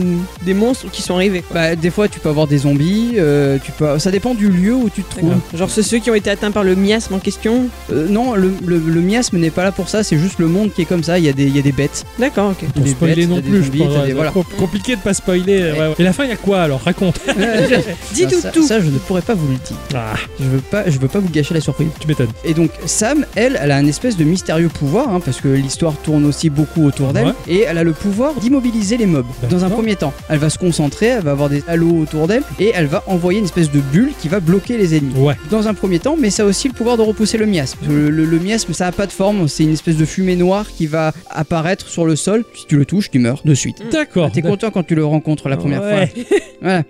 des monstres qui sont arrivés. Quoi.
Bah, des fois, tu peux avoir des zombies. euh, tu peux... Ça dépend du lieu où tu te trouves.
D'accord.
Genre c'est ceux qui ont été atteints par le miasme en question.
Euh, non, le, le- le miasme n'est pas là pour ça. C'est juste le monde qui est comme ça. Il y, a des- il y a des bêtes.
D'accord, ok.
Pour
des
spoiler
bêtes,
non
t'as des
plus,
zombies,
je pense.
t'as
ouais,
des- voilà.
com- Compliqué de pas spoiler. ouais, ouais. Et la fin, il y a quoi alors Raconte.
Dis-nous
Euh, ça,
tout.
Ça, je ne pourrais pas vous le dire.
Ah,
Je veux pas, je veux pas vous gâcher la surprise.
tu m'étonnes.
Et donc Sam, elle, elle a un espèce de mystérieux pouvoir, hein, parce que l'histoire tourne aussi beaucoup autour d'elle,
Ouais.
et elle a le pouvoir d'immobiliser les mobs. Dans un
D'accord.
premier temps, elle va se concentrer, elle va avoir des halos autour d'elle, et elle va envoyer une espèce de bulle qui va bloquer les ennemis.
Ouais.
Dans un premier temps, mais ça a aussi le pouvoir de repousser le miasme. Le, le- le miasme, ça a pas de forme, c'est une espèce de fumée noire qui va apparaître sur le sol. Si tu le touches, tu meurs de suite.
D'accord.
T'es content quand tu le rencontres Mm. la première
Ouais.
fois. Voilà.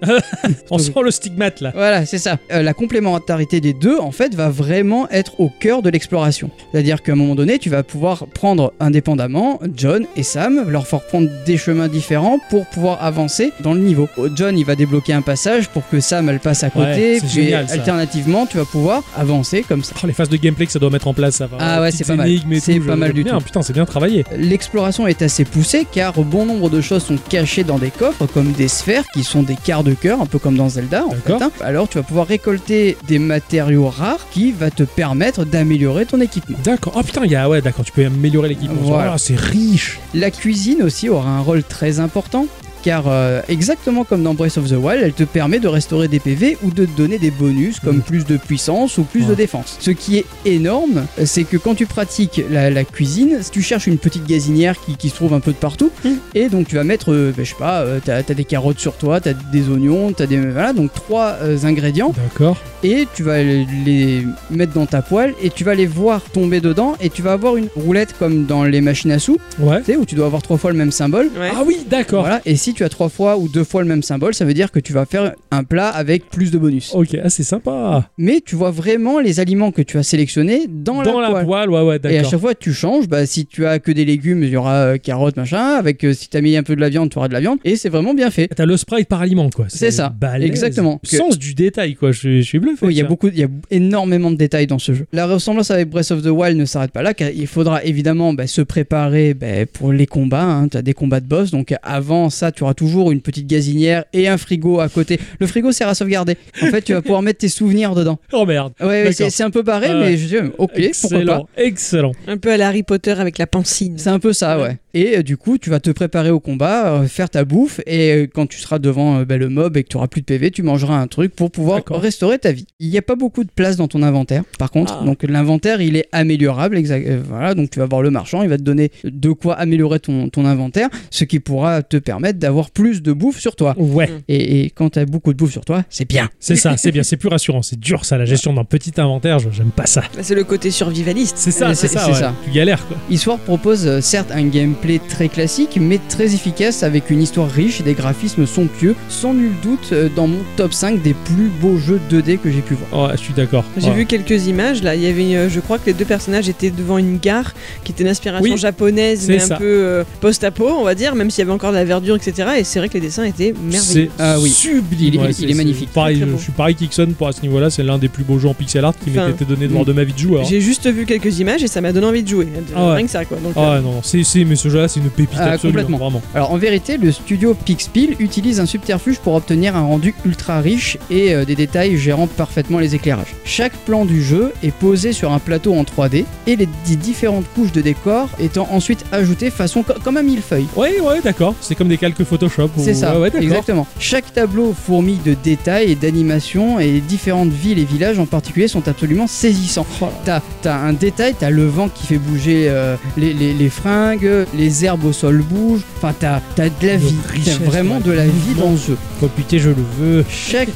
On sent le stigmate là.
Voilà, c'est ça. Euh, la complémentarité des deux, en fait, va vraiment être au cœur de l'exploration. C'est-à-dire qu'à un moment donné, tu vas pouvoir prendre indépendamment John et Sam, leur faire prendre des chemins différents pour pouvoir avancer dans le niveau. Euh, John, il va débloquer un passage pour que Sam, elle passe à côté,
Ouais, c'est
puis
génial, ça.
alternativement, tu vas pouvoir avancer comme ça.
Oh, les phases de gameplay que ça doit mettre en place, ça va.
Ah ouais,
Petites
c'est pas mal.
énigmes et
C'est
tout,
pas
je-
mal du
bien,
tout.
Putain, c'est bien travaillé.
L'exploration est assez poussée car bon nombre de choses sont cachées dans des coffres comme des sphères qui sont des quarts de cœur, un peu comme dans Zelda en fait.
D'accord.
hein. Alors tu vas pouvoir récolter des matériaux rares qui va te permettre améliorer ton équipement.
D'accord. Ah putain, il y a, ouais, d'accord, tu peux améliorer l'équipe.
Voilà.
Ah, c'est riche.
La cuisine aussi aura un rôle très important. Car euh, exactement comme dans Breath of the Wild, elle te permet de restaurer des PV ou de te donner des bonus comme
Mhm.
plus de puissance ou plus
Ouais.
de défense. Ce qui est énorme, c'est que quand tu pratiques la, la cuisine, tu cherches une petite gazinière qui, qui se trouve un peu de partout
Mhm.
et donc tu vas mettre, euh, ben, je sais pas, euh, t'as as des carottes sur toi, t'as des oignons, t'as des voilà donc trois euh, ingrédients
D'accord.
et tu vas les- les mettre dans ta poêle et tu vas les voir tomber dedans et tu vas avoir une roulette comme dans les machines à sous
Ouais.
tu sais, où tu dois avoir trois fois le même symbole.
Ouais.
Ah oui, d'accord.
Voilà, et si tu as trois fois ou deux fois le même symbole, ça veut dire que tu vas faire un plat avec plus de bonus.
Ok, ah, c'est sympa.
Mais tu vois vraiment les aliments que tu as sélectionnés dans, la, poêle.
ouais, ouais,
Et à
d'accord.
chaque fois, tu changes. Bah, si tu as que des légumes, il y aura euh, carottes, machin. Avec euh, si tu as mis un peu de la viande, tu auras de la viande. Et c'est vraiment bien fait.
T'as le sprite par aliment, quoi.
C'est ça.
balèze.
Exactement.
Le Sens du détail, quoi. Je, je suis bluffé.
Oui, il y a
tiens.
beaucoup, il y a énormément de détails dans ce jeu. La ressemblance avec Breath of the Wild ne s'arrête pas là, car il faudra évidemment bah, se préparer bah, pour les combats. Tu as des combats de boss, donc avant ça, tu auras toujours une petite gazinière et un frigo à côté. Le frigo sert à sauvegarder. En fait, tu vas pouvoir mettre tes souvenirs dedans.
Oh merde.
Ouais, ouais,
D'accord.
c'est c'est un peu barré,
Ah ouais.
mais je dis, ok, pourquoi pas.
excellent, excellent.
Un peu à la Harry Potter avec la pancine.
C'est un peu ça, ouais. Et euh, du coup, tu vas te préparer au combat, euh, faire ta bouffe, et euh, quand tu seras devant euh, bah, le mob et que tu auras plus de PV, tu mangeras un truc pour pouvoir
D'accord.
restaurer ta vie. Il n'y a pas beaucoup de place dans ton inventaire, par contre.
Ah.
Donc l'inventaire, il est améliorable. exact- euh, voilà, donc tu vas voir le marchand, il va te donner de quoi améliorer ton, ton inventaire, ce qui pourra te permettre d'avoir plus de bouffe sur toi.
Ouais,
Et, et quand tu as beaucoup de bouffe sur toi, c'est bien.
c'est ça, c'est bien, c'est plus rassurant, c'est dur ça, la gestion d'un petit inventaire, je- j'aime pas ça.
Bah, C'est le côté survivaliste.
C'est ça,
Mais
c'est
c'est-
ça,
c'est
ouais.
ça.
Tu galères quoi.
Histoire propose euh, certes un gameplay très classique, mais très efficace avec une histoire riche et des graphismes somptueux, sans nul doute euh, dans mon top 5 des plus beaux jeux 2D que j'ai pu voir.
Ouais, je suis d'accord.
J'ai
Ouais.
vu quelques images là. Il y avait, euh, je crois que les deux personnages étaient devant une gare qui était d'inspiration
Oui,
japonaise,
c'est
mais
ça.
un peu euh, post-apo, on va dire, même s'il y avait encore de la verdure, etc. Et c'est vrai que les dessins étaient merveilleux.
C'est
Ah oui.
sublime.
Il est-
ouais,
il
c'est-
est
c'est
magnifique.
Pareil, euh,
Très, très
je,
beau.
je suis pareil qu'Ixon pour à ce niveau-là, c'est l'un des plus beaux jeux en pixel art qui
Enfin,
m'était donné de voir
oui.
de ma vie de joueur.
J'ai juste vu quelques images et ça m'a donné envie de jouer.
Ah ouais.
Rien que ça, quoi. Donc, euh,
Ah non, non, c'est, c'est- mais ce jeu-là, c'est une pépite
Ah,
absolue, hein,
complètement.
vraiment.
Alors en vérité, le studio Pixpil utilise un subterfuge pour obtenir un rendu ultra riche et euh, des détails gérant parfaitement les éclairages. Chaque plan du jeu est posé sur un plateau en 3D et les dix différentes couches de décor étant ensuite ajoutées façon co- comme un millefeuille.
Ouais, ouais, d'accord. C'est comme des calques Photoshop. ou-
C'est ça,
Ah Ouais, ouais, d'accord.
exactement. Chaque tableau fourmi de détails et d'animations et différentes villes et villages en particulier sont absolument saisissants.
Oh
T'as t'as un détail, t'as le vent qui fait bouger euh, les, les- les fringues, les herbes au sol bougent, enfin t'as t'as de la
Une
vie, t'as
richesse,
vraiment
ouais,
de la vie
mouvement.
dans le jeu.
Oh putain, je le veux.
Chaque,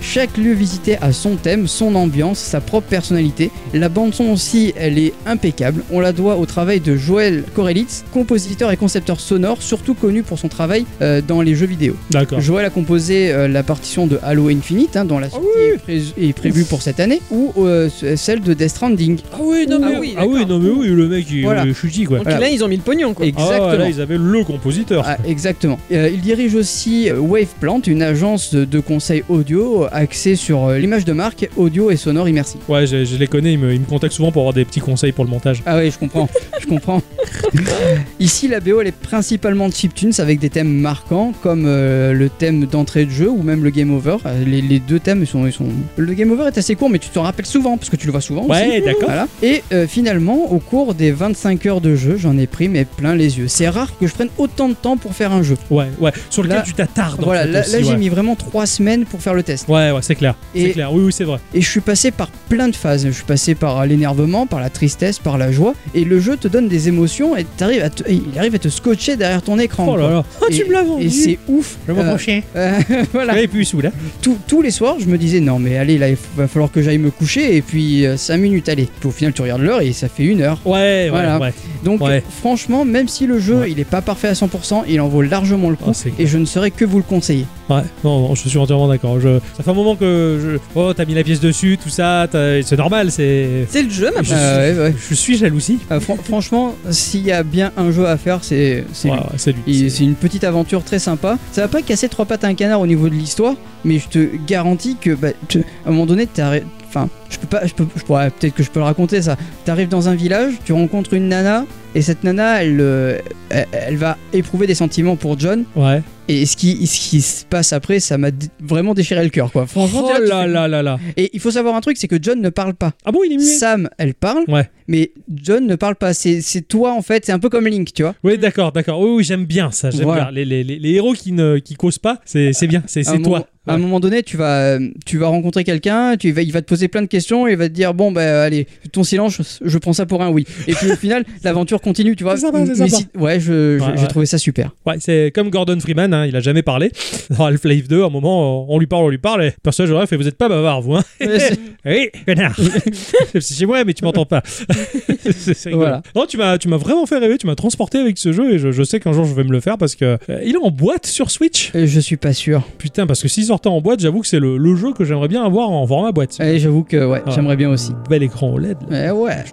chaque lieu visité a son thème, son ambiance, sa propre personnalité. La bande-son aussi, elle est impeccable. On la doit au travail de Joël Korelitz, compositeur et concepteur sonore, surtout connu pour son travail euh, dans les jeux vidéo.
D'accord. Ah
Joël a composé euh, la partition de Halo Infinite, hein, dont la sortie est, pré- est prévue pour cette année, ou euh, ce- celle de Death Stranding.
Ah oui, non,
Ah
mais
oui,
ah oui, non,
d'accord.
mais oui, le mec, il
Voilà.
est chutis, quoi.
donc
voilà.
là, ils ont mis le pognon,
Ah,
quoi.
ouais,
Exactement.
là, ils avaient le compositeur.
Ah, exactement. Euh, il dirige aussi euh, Waveplant, une agence de conseil audio euh, axée sur euh, l'image de marque, audio et sonore immersif.
Ouais, je, je les connais, ils me, ils me contactent souvent pour avoir des petits conseils pour le montage.
Ah oui, je comprends, je comprends. Ici, la BO elle est principalement chiptunes avec des thèmes marquants comme euh, le thème d'entrée de jeu ou même le game over. Euh, Les, les deux thèmes ils sont, ils sont. Le game over est assez court, mais tu t'en rappelles souvent parce que tu le vois souvent. aussi.
Ouais, d'accord.
Voilà. Et euh, finalement, au cours des 25 heures de jeu, j'en ai pris mais plein les yeux. C'est rare que je prenne autant de temps pour faire un jeu.
Ouais, ouais. Sur lequel
Ah. Là-
tu t'attardes. en
voilà,
fait,
là,
aussi,
là, j'ai
ouais.
mis vraiment 3 semaines pour faire le test.
Ouais, ouais, c'est clair. C'est
Et-
clair. Oui, oui, c'est vrai.
Et je suis passé par plein de phases. Je suis passé par euh, l'énervement, par la tristesse, par la joie. Et le jeu te donne des émotions et t'arrives à te- et il arrive à te scotcher derrière ton écran.
Oh là
quoi.
là.
Oh, tu
Et-
me l'as vendu.
Et c'est ouf.
Je vais
Euh,
m'approcher.
euh, voilà.
J'avais plus sous là.
Tous- tous les soirs, je me disais non, mais allez, là, il va falloir que j'aille me coucher. Et puis 5 minutes, allez. Puis au final, tu regardes l'heure et ça fait une heure.
Ouais, ouais,
Voilà.
ouais.
Donc
Ouais.
franchement, même si le jeu
Ouais.
il est pas parfait à 100%, il en vaut largement le coup.
Oh, c'est-
et je ne saurais que vous le conseiller.
Ouais, non, non, je suis entièrement d'accord. Je... Ça fait un moment que je... oh, t'as mis la pièce dessus, tout ça, t'as- c'est normal, c'est.
C'est le jeu, maintenant.
Je,
Ah,
suis...
ouais, ouais.
je suis jalousie.
Euh, fran- franchement, s'il y a bien un jeu à faire, c'est c'est
Ouais,
lui.
ouais, c'est lui.
Et
C'est-
c'est une petite aventure très sympa. Ça va pas casser trois pattes à un canard au niveau de l'histoire, mais je te garantis que bah, tu- à un moment donné, t'arri- Enfin, je peux pas, je peux, je pourrais, peut-être que je peux le raconter ça. T'arrives dans un village, tu rencontres une nana, et cette nana, elle, euh, elle, elle va éprouver des sentiments pour John,
Ouais.
Et ce qui, ce qui se passe après, ça m'a dé- vraiment déchiré le cœur, quoi. Franchement,
Oh
t'es là, tu
là
fais-
là là là.
Et il faut savoir un truc, c'est que John ne parle pas.
Ah bon, il est muet
Sam, elle parle,
Ouais.
mais John ne parle pas. C'est c'est toi, en fait. C'est un peu comme Link, tu vois.
Oui, d'accord, d'accord. Oui, oui, j'aime bien ça. J'aime
Voilà.
bien. Les, les, les, les héros qui ne qui causent pas, c'est c'est bien. C'est
À un
c'est toi.
moment- À un moment donné, tu vas, tu vas rencontrer quelqu'un, tu il va, il va te poser plein de questions et il va te dire bon bah allez, ton silence, je, je prends ça pour un oui. Et puis au final, l'aventure continue, tu vois.
C'est sympa, c'est
Mais
sympa.
si- ouais, je- je-
Ouais,
j'ai
ouais.
trouvé ça super.
Ouais, c'est comme Gordon Freeman, hein, il a jamais parlé. Dans Half-Life 2, à un moment, on lui parle, on lui parle, et le personnage aurait fait Vous êtes pas bavard, vous, hein Oui, connard C'est chez moi, mais tu m'entends pas. c'est c'est rigolo.
Voilà.
Non, tu m'as tu m'as vraiment fait rêver, tu m'as transporté avec ce jeu, et je, je sais qu'un jour je vais me le faire parce que euh, il est en boîte sur Switch.
Euh, je suis pas sûr.
Putain, parce que s'il sortait en boîte, j'avoue que c'est le, le jeu que j'aimerais bien avoir en format boîte.
Et j'avoue que ouais,
Ah.
j'aimerais bien aussi.
Bel écran OLED. là.
Mais ouais.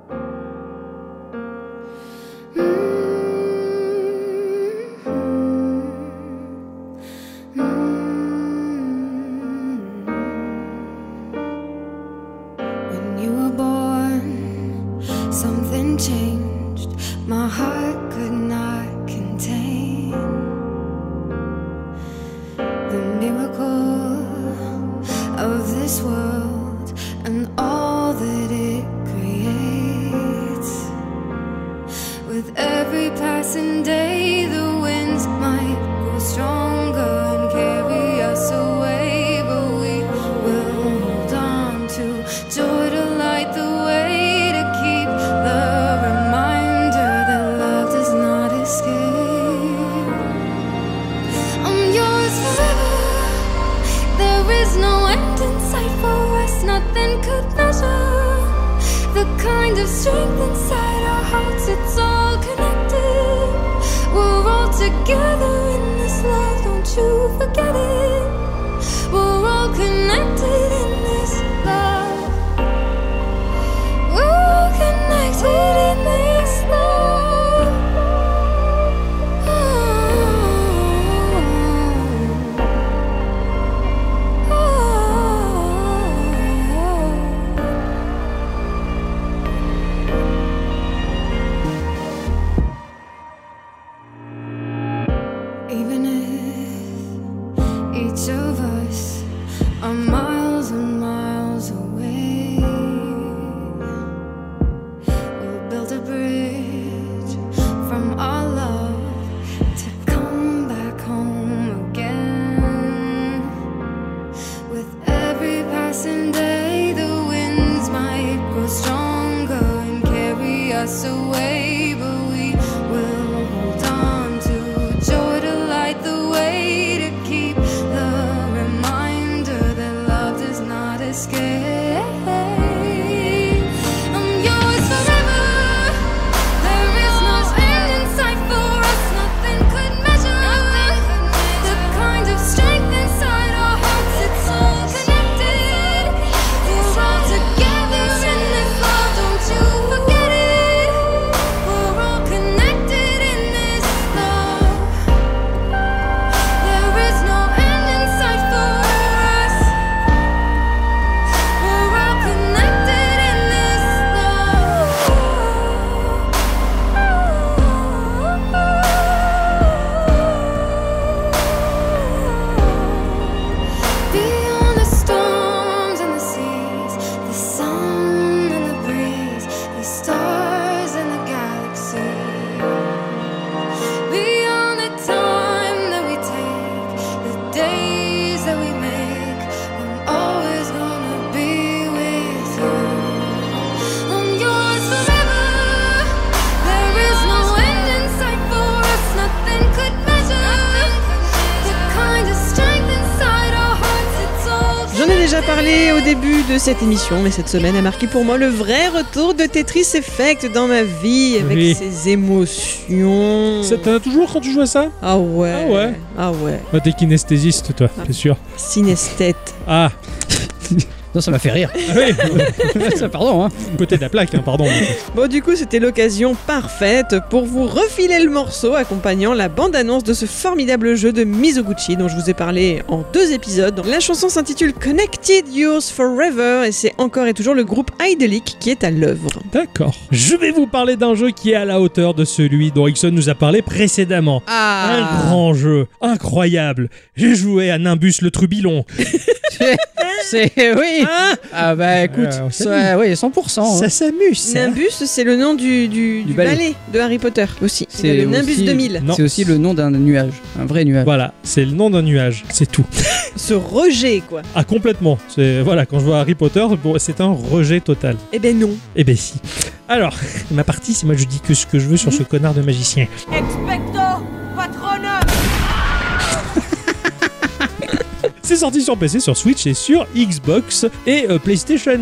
When you were born, something changed. My heart could not contain the miracle of this world and all that it creates. With every passing day, the winds might grow stronger and carry us away, but we will hold on to joy to light the way to keep the reminder that love does not escape. I'm yours forever. There is no end in sight for us, nothing could measure. The kind of strength inside our hearts, it's all connected. We're all together in this love, don't you forget it. We're all connected in this love. We're all connected in this love. Thank Even if each of us are miles and miles away, we'll build a bridge from our love to come back home again. With every passing day, the winds might grow stronger and carry us away, but we will hold on to joy to light the way to keep the reminder that love does not escape. I'm yours forever. There is no end in sight for us. Nothing could measure. The kind of strength inside our hearts. It's all connected. We're all together in this love. Don't you forget it. We're all connected in this love. There is no end in sight for us. We're all connected in this love. Beyond the storms and the seas, the sun and the breeze, the stars and the galaxy. Beyond the time that we take, the days that we make, I'm always gonna be with you. I'm yours forever. There is no end in sight for us. Nothing could measure the kind of strength inside our hearts. It's all.
J'en ai déjà parlé au début de cette émission, mais cette semaine a marqué pour moi le vrai retour de Tetris Effect dans ma vie, avec
Oui.
ses émotions.
Ça, T'en as toujours quand tu joues à ça
Ah ouais.
Ah ouais.
Ah ouais.
Bah, T'es kinesthésiste, toi, c'est sûr.
Synesthète.
Ah
Non, ça m'a fait rire.
Ah oui,
Ça, Pardon, hein.
côté de la plaque, hein, pardon.
Bon, du coup, c'était l'occasion parfaite pour vous refiler le morceau accompagnant la bande-annonce de ce formidable jeu de Mizoguchi dont je vous ai parlé en deux épisodes. La chanson s'intitule Connected Yours Forever et c'est encore et toujours le groupe Idyllic qui est à l'œuvre.
D'accord. Je vais vous parler d'un jeu qui est à la hauteur de celui dont Ixon nous a parlé précédemment.
Ah.
Un grand jeu, incroyable. J'ai joué à Nimbus le Trubilon.
C'est- C'est. Oui
Hein
Ah bah écoute,
Euh, on
ça- oui, 100%. hein.
ça s'amuse. ça.
Nimbus, c'est le nom du, du, du
ballet.
ballet. de Harry Potter aussi.
C'est
C'est le Nimbus
aussi-
2000.
Non.
C'est aussi le nom d'un nuage, un vrai nuage.
Voilà, c'est le nom d'un nuage, c'est tout.
Ce rejet, quoi.
Ah complètement. C'est voilà, quand je vois Harry Potter, bon, c'est un rejet total.
Eh ben non.
Eh ben si. Alors, ma partie, c'est moi je dis que ce que je veux sur ce connard de magicien.
Expecto Patronum
C'est sorti sur PC, sur Switch et sur Xbox et euh, PlayStation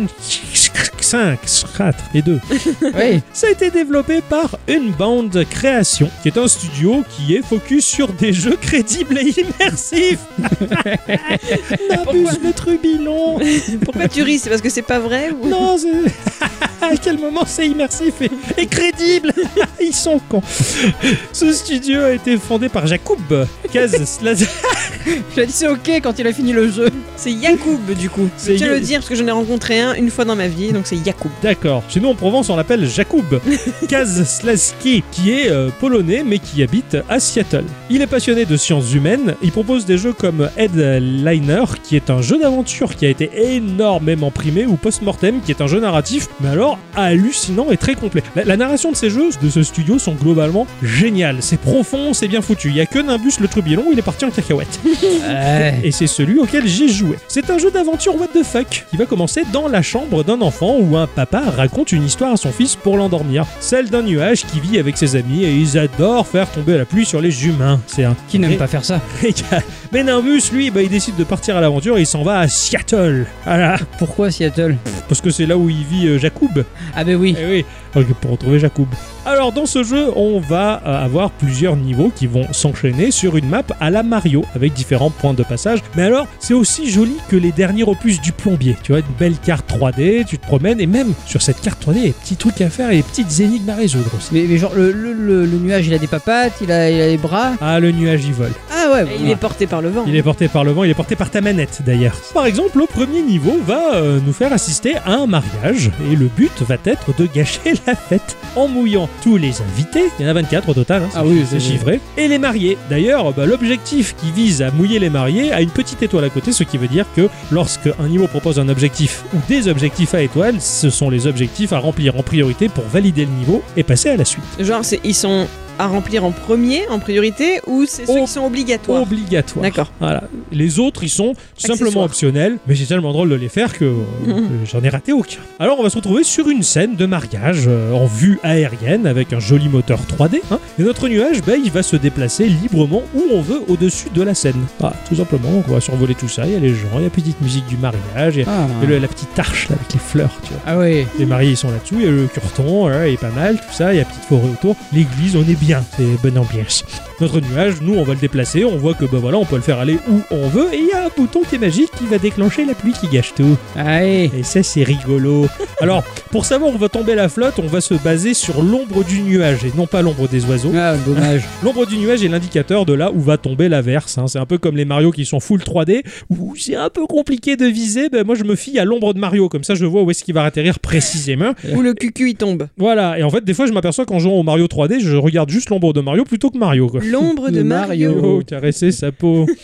5, 4 et 2.
Oui.
Ça a été développé par Unbound Création, qui est un studio qui est focus sur des jeux crédibles et immersifs. N'abuse le trubilon.
Pourquoi tu ris C'est parce que c'est pas vrai ou...
Non, c'est- à quel moment c'est immersif et, et crédible Ils sont cons. Ce studio a été fondé par Jacob Kaz.
Je dit c'est ok quand il a fini le jeu.
C'est Yacoub, du coup. Je
C'est
tiens à
Ya-
le dire parce que j'en ai rencontré un une fois dans ma vie, donc c'est Yacoub.
D'accord. Chez nous en Provence, on l'appelle Jakub Kazslaski, qui est euh, polonais mais qui habite à Seattle. Il est passionné de sciences humaines. Il propose des jeux comme Headliner, qui est un jeu d'aventure qui a été énormément primé, ou Postmortem, qui est un jeu narratif, mais alors hallucinant et très complet. La, la narration de ces jeux, de ce studio, sont globalement géniales. C'est profond, c'est bien foutu. Il n'y a que Nimbus le trubilon, il est parti en cacahuète et c'est celui auquel j'ai joué. C'est un jeu d'aventure what the fuck qui va commencer dans la chambre d'un enfant où un papa raconte une histoire à son fils pour l'endormir, celle d'un nuage qui vit avec ses amis et ils adorent faire tomber la pluie sur les humains. C'est un
Qui n'aime pas faire ça
Mais Nimbus, lui, bah, il décide de partir à l'aventure et il s'en va à Seattle. Voilà.
Pourquoi Seattle
Parce que c'est là où il vit euh, Jacob.
Ah bah oui.
Eh oui, ok, pour retrouver Jacob. Alors dans ce jeu, on va euh, avoir plusieurs niveaux qui vont s'enchaîner sur une map à la Mario avec différents points de passage. Mais alors, c'est aussi joli que les derniers opus du plombier. Tu vois, une belle carte 3D, tu te promènes et même sur cette carte 3D, il y a des petits trucs à faire et des petites énigmes à résoudre aussi.
Mais, mais genre le, le, le- le nuage il a des papates, il a, il a des bras.
Ah, le nuage, il vole.
Ah ouais,
Et il est porté par le vent.
Il est porté par le vent, il est porté par ta manette d'ailleurs. Par exemple, le premier niveau va euh, nous faire assister à un mariage et le but va être de gâcher la fête en mouillant tous les invités. Il y en a 24 au total, hein, c'est-
Ah oui,
c'est
oui, oui.
chiffré. Et les mariés. D'ailleurs, bah, l'objectif qui vise à mouiller les mariés a une petite étoile à côté, ce qui veut dire que lorsque un niveau propose un objectif ou des objectifs à étoile, ce sont les objectifs à remplir en priorité pour valider le niveau et passer à la suite.
Genre, c'est- ils sont à remplir en premier, en priorité, ou c'est ceux
Oh.
qui sont obligatoires
Obligatoire.
D'accord.
Voilà. Les autres, ils sont simplement
Accessoires.
optionnels, mais c'est tellement drôle de les faire que, euh, que j'en ai raté aucun. Alors, on va se retrouver sur une scène de mariage euh, en vue aérienne avec un joli moteur 3D. hein. et notre nuage, ben, il va se déplacer librement où on veut au-dessus de la scène. Ah, tout simplement, donc on va survoler tout ça. Il y a les gens, il y a la petite musique du mariage, il y a
Ah,
il y a le- la petite arche là, avec les fleurs, tu vois.
ah ouais.
Les mariés ils sont là-dessous, il y a le curton, là, il est pas mal, tout ça, il y a petite forêt autour. L'église, on est bien, c'est bonne ambiance. Notre nuage, nous, on va le déplacer, on voit que bah voilà, on peut le faire aller où on veut, et il y a un bouton qui est magique qui va déclencher la pluie qui gâche tout.
Allez.
Et ça, c'est rigolo. Alors, pour savoir où va tomber la flotte, on va se baser sur l'ombre du nuage, et non pas l'ombre des oiseaux.
Ah dommage.
L'ombre du nuage est l'indicateur de là où va tomber l'averse. hein. C'est un peu comme les Mario qui sont full 3D, où c'est un peu compliqué de viser. Ben, moi, je me fie à l'ombre de Mario, comme ça, je vois où est-ce qu'il va atterrir précisément.
Ou le cucu, il tombe.
Voilà, et en fait, des fois, je m'aperçois qu'en jouant au Mario 3D, je regarde juste l'ombre de Mario plutôt que Mario. Quoi.
L'ombre de
Le
Mario.
Mario.
Oh, caresser sa peau.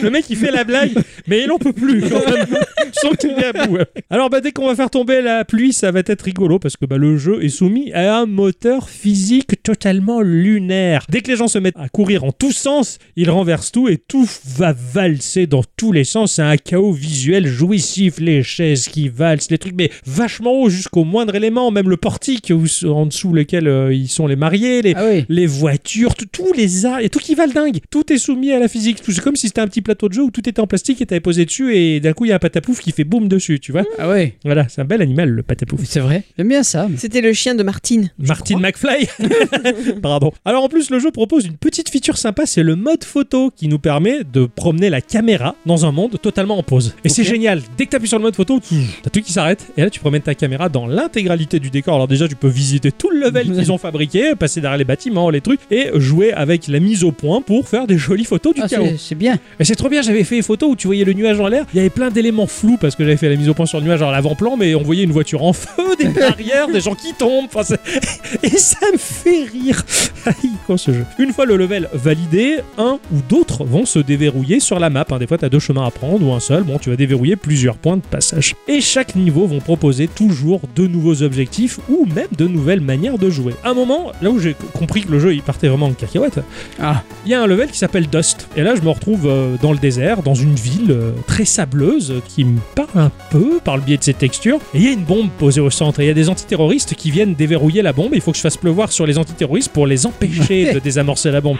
Le mec il fait la blague, mais il en peut plus quand même. Je sens qu'il est à bout. hein. Alors bah, dès qu'on va faire tomber la pluie, ça va être rigolo parce que bah, le jeu est soumis à un moteur physique totalement lunaire. Dès que les gens se mettent à courir en tous sens, ils renversent tout et tout va valser dans tous les sens. C'est un chaos visuel jouissif, les chaises qui valsent, les trucs, mais vachement haut jusqu'au moindre élément, même le portique où- en dessous lequel euh, ils sont les mariés, les,
Ah oui.
les voitures, tout- tous les arts, et tout qui va le dingue. Tout est soumis à la physique. Tout- C'est comme si c'était un petit plateau de jeu où tout était en plastique et t'avais posé dessus et d'un coup il y a un pataplouf qui fait boum dessus, tu vois.
Ah ouais,
Voilà, c'est un bel animal le pataplouf.
c'est vrai. J'aime bien ça. mais-
C'était le chien de Martine.
Martin McFly Pardon. Alors en plus, le jeu propose une petite feature sympa, c'est le mode photo qui nous permet de promener la caméra dans un monde totalement en pause. Et c'est
Ok.
génial, dès que tu appuies sur le mode photo, tu- t'as tout qui s'arrête, et là tu promènes ta caméra dans l'intégralité du décor. Alors déjà, tu peux visiter tout le level qu'ils ont fabriqué, passer derrière les bâtiments, les trucs, et jouer avec la mise au point pour faire des jolies photos du
Ah,
chaos.
c'est c'est bien.
Et c'est trop bien, j'avais fait une photo où tu voyais le nuage en l'air, il y avait plein d'éléments flous parce que j'avais fait la mise au point sur le nuage à l'avant-plan, mais on voyait une voiture en feu, des barrières, des gens qui tombent, enfin, c'est- et ça me fait rire. Aïe, quoi ce jeu. Une fois le level validé, un ou d'autres vont se déverrouiller sur la map. hein. Des fois, tu as deux chemins à prendre ou un seul, bon, tu vas déverrouiller plusieurs points de passage. Et chaque niveau vont proposer toujours de nouveaux objectifs ou même de nouvelles manières de jouer. À un moment, là où j'ai compris que le jeu il partait vraiment en cacahuète,
Ah,
il y a un level qui s'appelle Dust. Et là, je me retrouve euh, dans le désert, dans une ville euh, très sableuse, euh, qui me parle un peu par le biais de ses textures. Et il y a une bombe posée au centre. Et il y a des antiterroristes qui viennent déverrouiller la bombe. Et il faut que je fasse pleuvoir sur les antiterroristes pour les empêcher de désamorcer la bombe.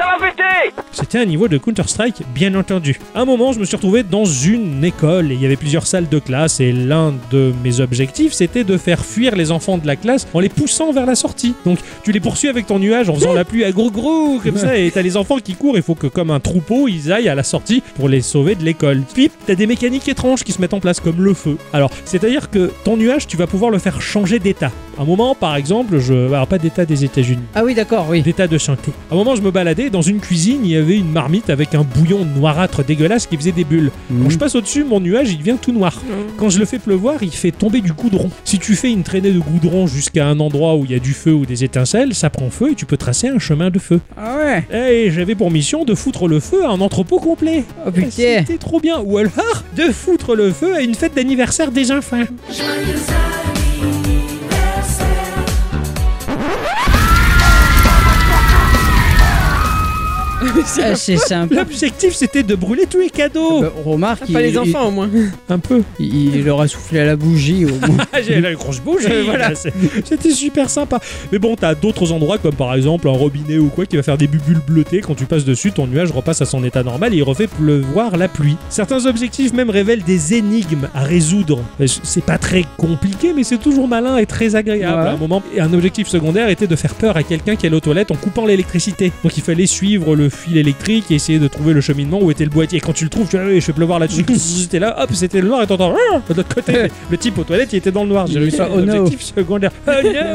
C'était un niveau de Counter-Strike, bien entendu. À un moment, je me suis retrouvé dans une école et il y avait plusieurs salles de classe et l'un de mes objectifs, c'était de faire fuir les enfants de la classe en les poussant vers la sortie. Donc, tu les poursuis avec ton nuage en faisant la pluie à gros gros comme ça et t'as les enfants qui courent, il faut que comme un troupeau, ils aillent à la sortie pour les sauver de l'école. Puis, t'as des mécaniques étranges qui se mettent en place comme le feu. Alors, c'est-à-dire que ton nuage, tu vas pouvoir le faire changer d'état. À un moment, par exemple, je... Alors, pas d'état des États-Unis
ah oui, d'accord, oui.
d'état de santé. À un moment, je me baladais dans une cuisine, il y avait une marmite avec un bouillon noirâtre dégueulasse qui faisait des bulles. Quand je passe au-dessus, mon nuage, il devient tout noir. Quand je le fais pleuvoir, il fait tomber du goudron. Si tu fais une traînée de goudron jusqu'à un endroit où il y a du feu ou des étincelles, ça prend feu et tu peux tracer un chemin de feu.
Ah ouais.
Et j'avais pour mission de foutre le feu à un entrepôt complet. Ah,
Oh putain.
C'était trop bien. Ou alors, de foutre le feu à une fête d'anniversaire des enfants.
Ah, c'est sympa.
L'objectif, c'était de brûler tous les cadeaux.
Bah, remarque,
Ah, Pas
il-
les enfants au moins.
Un peu.
Il, il leur a soufflé à la bougie au moins.
Ah, j'ai la grosse bouche, euh, voilà, c'est- c'était super sympa. Mais bon, t'as d'autres endroits comme par exemple un robinet ou quoi qui va faire des bulles bleutées. Quand tu passes dessus, ton nuage repasse à son état normal et il refait pleuvoir la pluie. Certains objectifs même révèlent des énigmes à résoudre. Euh, C'est pas très compliqué, mais c'est toujours malin et très agréable.
Ouais.
À un moment, et un objectif secondaire était de faire peur à quelqu'un qui allait aux toilettes en coupant l'électricité. Donc il fallait suivre le fil électrique et essayer de trouver le cheminement où était le boîtier. Et quand tu le trouves, tu vois, Ah oui, je fais pleuvoir là-dessus. C'était là, hop, c'était le noir et t'entends Ah de l'autre côté. Le type aux toilettes, il était dans le noir. J'ai
Il
réussi
était-
à
oh no.
objectif secondaire. Oh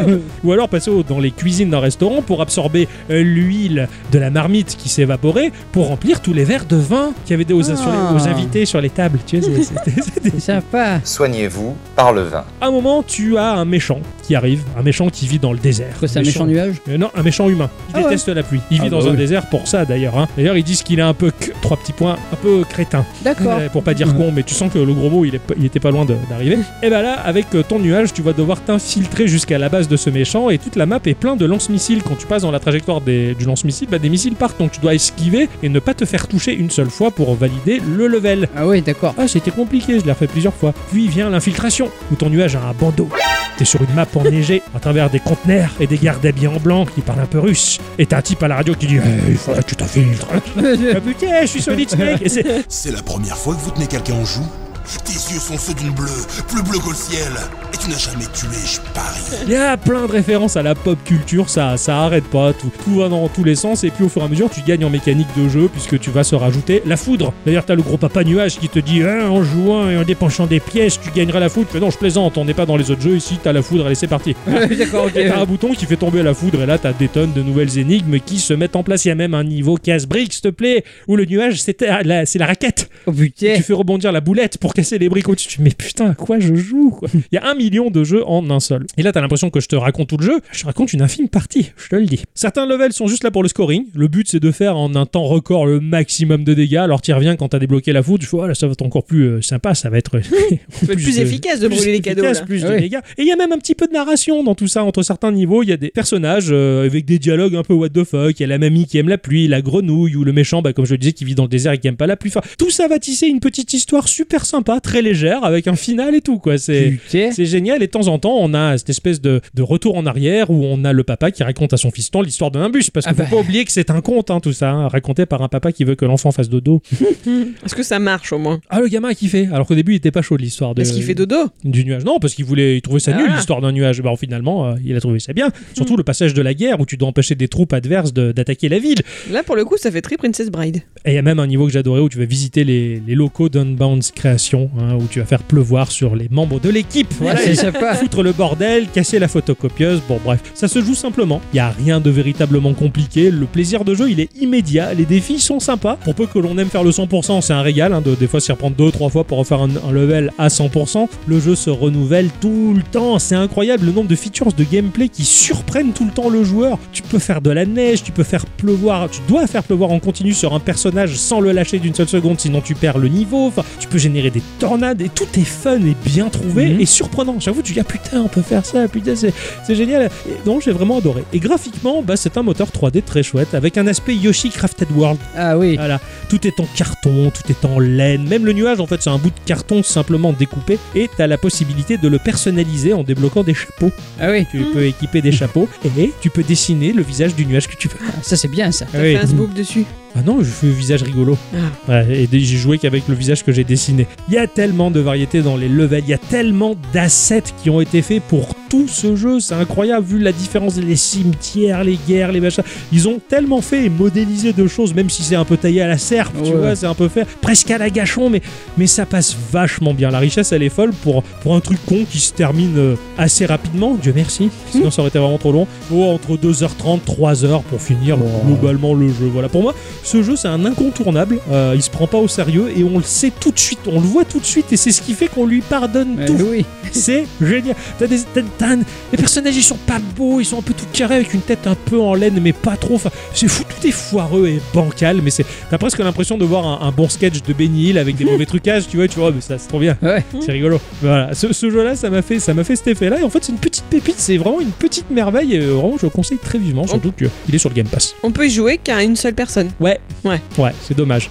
no. Ou alors passer au- dans les cuisines d'un restaurant pour absorber euh, l'huile de la marmite qui s'est évaporée pour remplir tous les verres de vin qu'il y avait aux,
Ah.
sur les- aux invités sur les tables. Tu vois, c'est- c'était- c'était-
C'est sympa.
Soignez-vous par le vin.
À un moment, tu as un méchant qui arrive, un méchant qui vit dans le désert.
Quoi, c'est un méchant nuage
Euh, non, un méchant humain. Il
Ah ouais.
déteste la pluie. Il
Ah
vit
bah
dans un
oui.
désert pour ça d'ailleurs. hein. D'ailleurs, ils disent qu'il est un peu c- trois petits points, un peu crétin.
D'accord.
Euh, pour pas dire con, mais tu sens que le gros mot, il, est p- il était pas loin de- d'arriver. Et bah là, avec euh, ton nuage, tu vas devoir t'infiltrer jusqu'à la base de ce méchant et toute la map est plein de lance-missiles. Quand tu passes dans la trajectoire des- du lance-missile, bah, des missiles partent, donc tu dois esquiver et ne pas te faire toucher une seule fois pour valider le level.
Ah ouais, d'accord.
Ah, c'était compliqué, je l'ai refait plusieurs fois. Puis vient l'infiltration, où ton nuage a un bandeau. T'es sur une map enneigée, à travers des conteneurs et des gardes habillés en blanc qui parlent un peu russe. Et t'as un type à la radio qui dit Eh, Il faut que tu t'infiltres. Ah, putain, je suis Solid Snake. Et c'est-
C'est la première fois que vous tenez quelqu'un en joue Tes yeux sont ceux d'une bleue, plus bleue que le ciel. Et tu n'as jamais tué, je parie.
Il y a plein de références à la pop culture, ça, ça arrête pas, tout, tout va dans tous les sens, et puis au fur et à mesure, tu gagnes en mécanique de jeu, puisque tu vas se rajouter la foudre. D'ailleurs, t'as le gros papa nuage qui te dit, Hein, en jouant et en dépensant des pièces, tu gagneras la foudre. Je fais, non, je plaisante, on n'est pas dans les autres jeux, ici, t'as la foudre, allez, c'est parti.
d'accord, ok.
Et t'as un bouton qui fait tomber la foudre, et là, t'as des tonnes de nouvelles énigmes qui se mettent en place. Il y a même un niveau casse-briques, s'il te plaît, où le nuage, c'était ah, la- c'est la raquette.
Oh putain.
Tu fais rebondir la boulette pour casser les briques au-dessus. Tu te dis, mais putain, à quoi je joue quoi Il y a un million de jeux en un seul. Et là, t'as l'impression que je te raconte tout le jeu. Je te raconte une infime partie, je te le dis. Certains levels sont juste là pour le scoring. Le but, c'est de faire en un temps record le maximum de dégâts. Alors, t'y reviens quand t'as débloqué la foudre. Tu fais, oh là, ça va être encore plus euh, sympa, ça va être
Plus, plus
de-
efficace de
euh, plus
brûler les cadeaux.
efficace,
là.
plus de
Ouais.
dégâts. Et il y a même un petit peu de narration dans tout ça. Entre certains niveaux, il y a des personnages euh, avec des dialogues un peu what the fuck. Il y a la mamie qui aime la pluie, la grenouille ou le méchant, bah, comme je le disais, qui vit dans le désert et qui aime pas la pluie. Enfin, tout ça va tisser une petite histoire super sympa, très légère, avec un final et tout. quoi. C'est
Putain.
c'est génial. Et de temps en temps, on a cette espèce de, de retour en arrière où on a le papa qui raconte à son fiston l'histoire d'un bus. Parce qu'il
Ah
ne faut
bah.
pas oublier que c'est un conte, hein, tout ça, hein, raconté par un papa qui veut que l'enfant fasse dodo.
Est-ce que ça marche au moins
Ah, le gamin a kiffé. Alors qu'au début, il était pas chaud de l'histoire de-
Est-ce qu'il fait dodo
du nuage. Non, parce qu'il voulait, il trouvait ça
Ah.
nul, l'histoire d'un nuage. Bah, finalement, euh, il a trouvé ça bien. Surtout le passage de la guerre où tu dois empêcher des troupes adverses de- d'attaquer la ville.
Là, pour le coup, ça fait très Princess Bride.
Et il y a même un niveau que j'adorais où tu vas visiter les, les locaux d'Unbounds Création, hein, où tu vas faire pleuvoir sur les membres de l'équipe. Voilà,
Ah,
et
c'est sympa.
foutre le bordel, casser la photocopieuse, bon bref, ça se joue simplement. Il y a rien de véritablement compliqué, le plaisir de jeu il est immédiat, les défis sont sympas. Pour peu que l'on aime faire le 100%, c'est un régal, hein, de, des fois s'y reprendre deux trois fois pour refaire un, un level à 100%. Le jeu se renouvelle tout le temps, c'est incroyable le nombre de features de gameplay qui surprennent tout le temps le joueur. Tu peux faire de la neige, tu peux faire pleuvoir, tu dois faire pleuvoir en continu sur un personnage sans le lâcher d'une seule seconde, sinon tu perds le niveau. Enfin, tu peux générer des tornades et tout est fun et bien trouvé
Mhm.
et surprenant. J'avoue, tu dis ah putain, on peut faire ça, putain, c'est c'est génial. Et donc j'ai vraiment adoré. Et graphiquement, bah, c'est un moteur 3D très chouette avec un aspect Yoshi Crafted World.
Ah oui.
Voilà, tout est en carton, tout est en laine, même le nuage en fait c'est un bout de carton simplement découpé et t'as la possibilité de le personnaliser en débloquant des chapeaux.
Ah oui.
Tu peux équiper des chapeaux et tu peux dessiner le visage du nuage que tu veux.
Ah, ça c'est bien ça.
T'as fait un book dessus.
Ah non, je fais le visage rigolo. Ouais, et dès- j'ai joué qu'avec le visage que j'ai dessiné. Il y a tellement de variétés dans les levels, il y a tellement d'assets qui ont été faits pour tout ce jeu, c'est incroyable vu la différence des cimetières, les guerres, les machins. Ils ont tellement fait et modélisé de choses, même si c'est un peu taillé à la serpe, tu
Ouais.
vois, c'est un peu fait presque à la gâchon, mais, mais ça passe vachement bien. La richesse, elle est folle pour, pour un truc con qui se termine euh, assez rapidement, Dieu merci, sinon ça aurait été vraiment trop long. Oh, entre 2h30, 3h pour finir globalement le jeu. Voilà, pour moi, ce jeu, c'est un incontournable. Euh, il se prend pas au sérieux et on le sait tout de suite, on le voit tout de suite et c'est ce qui fait qu'on lui pardonne
Ouais,
tout.
oui.
C'est génial. T'as des, t'as- t'as un- les personnages, ils sont pas beaux, ils sont un peu tout carrés avec une tête un peu en laine, mais pas trop. Enfin, c'est fou, tout est foireux et bancal, mais c'est, t'as presque l'impression de voir un, un bon sketch de Benny Hill avec des mauvais trucages, tu vois, tu vois, mais ça, c'est trop bien.
Ouais.
C'est rigolo. Voilà, ce, ce jeu-là, ça m'a fait, ça m'a fait cet effet-là. Et en fait, c'est une petite pépite, c'est vraiment une petite merveille. Et euh, vraiment, je le conseille très vivement, surtout qu'il est sur le Game Pass.
On peut y jouer qu'à une seule personne.
Oh.
Hmm.
Ouais, c'est dommage.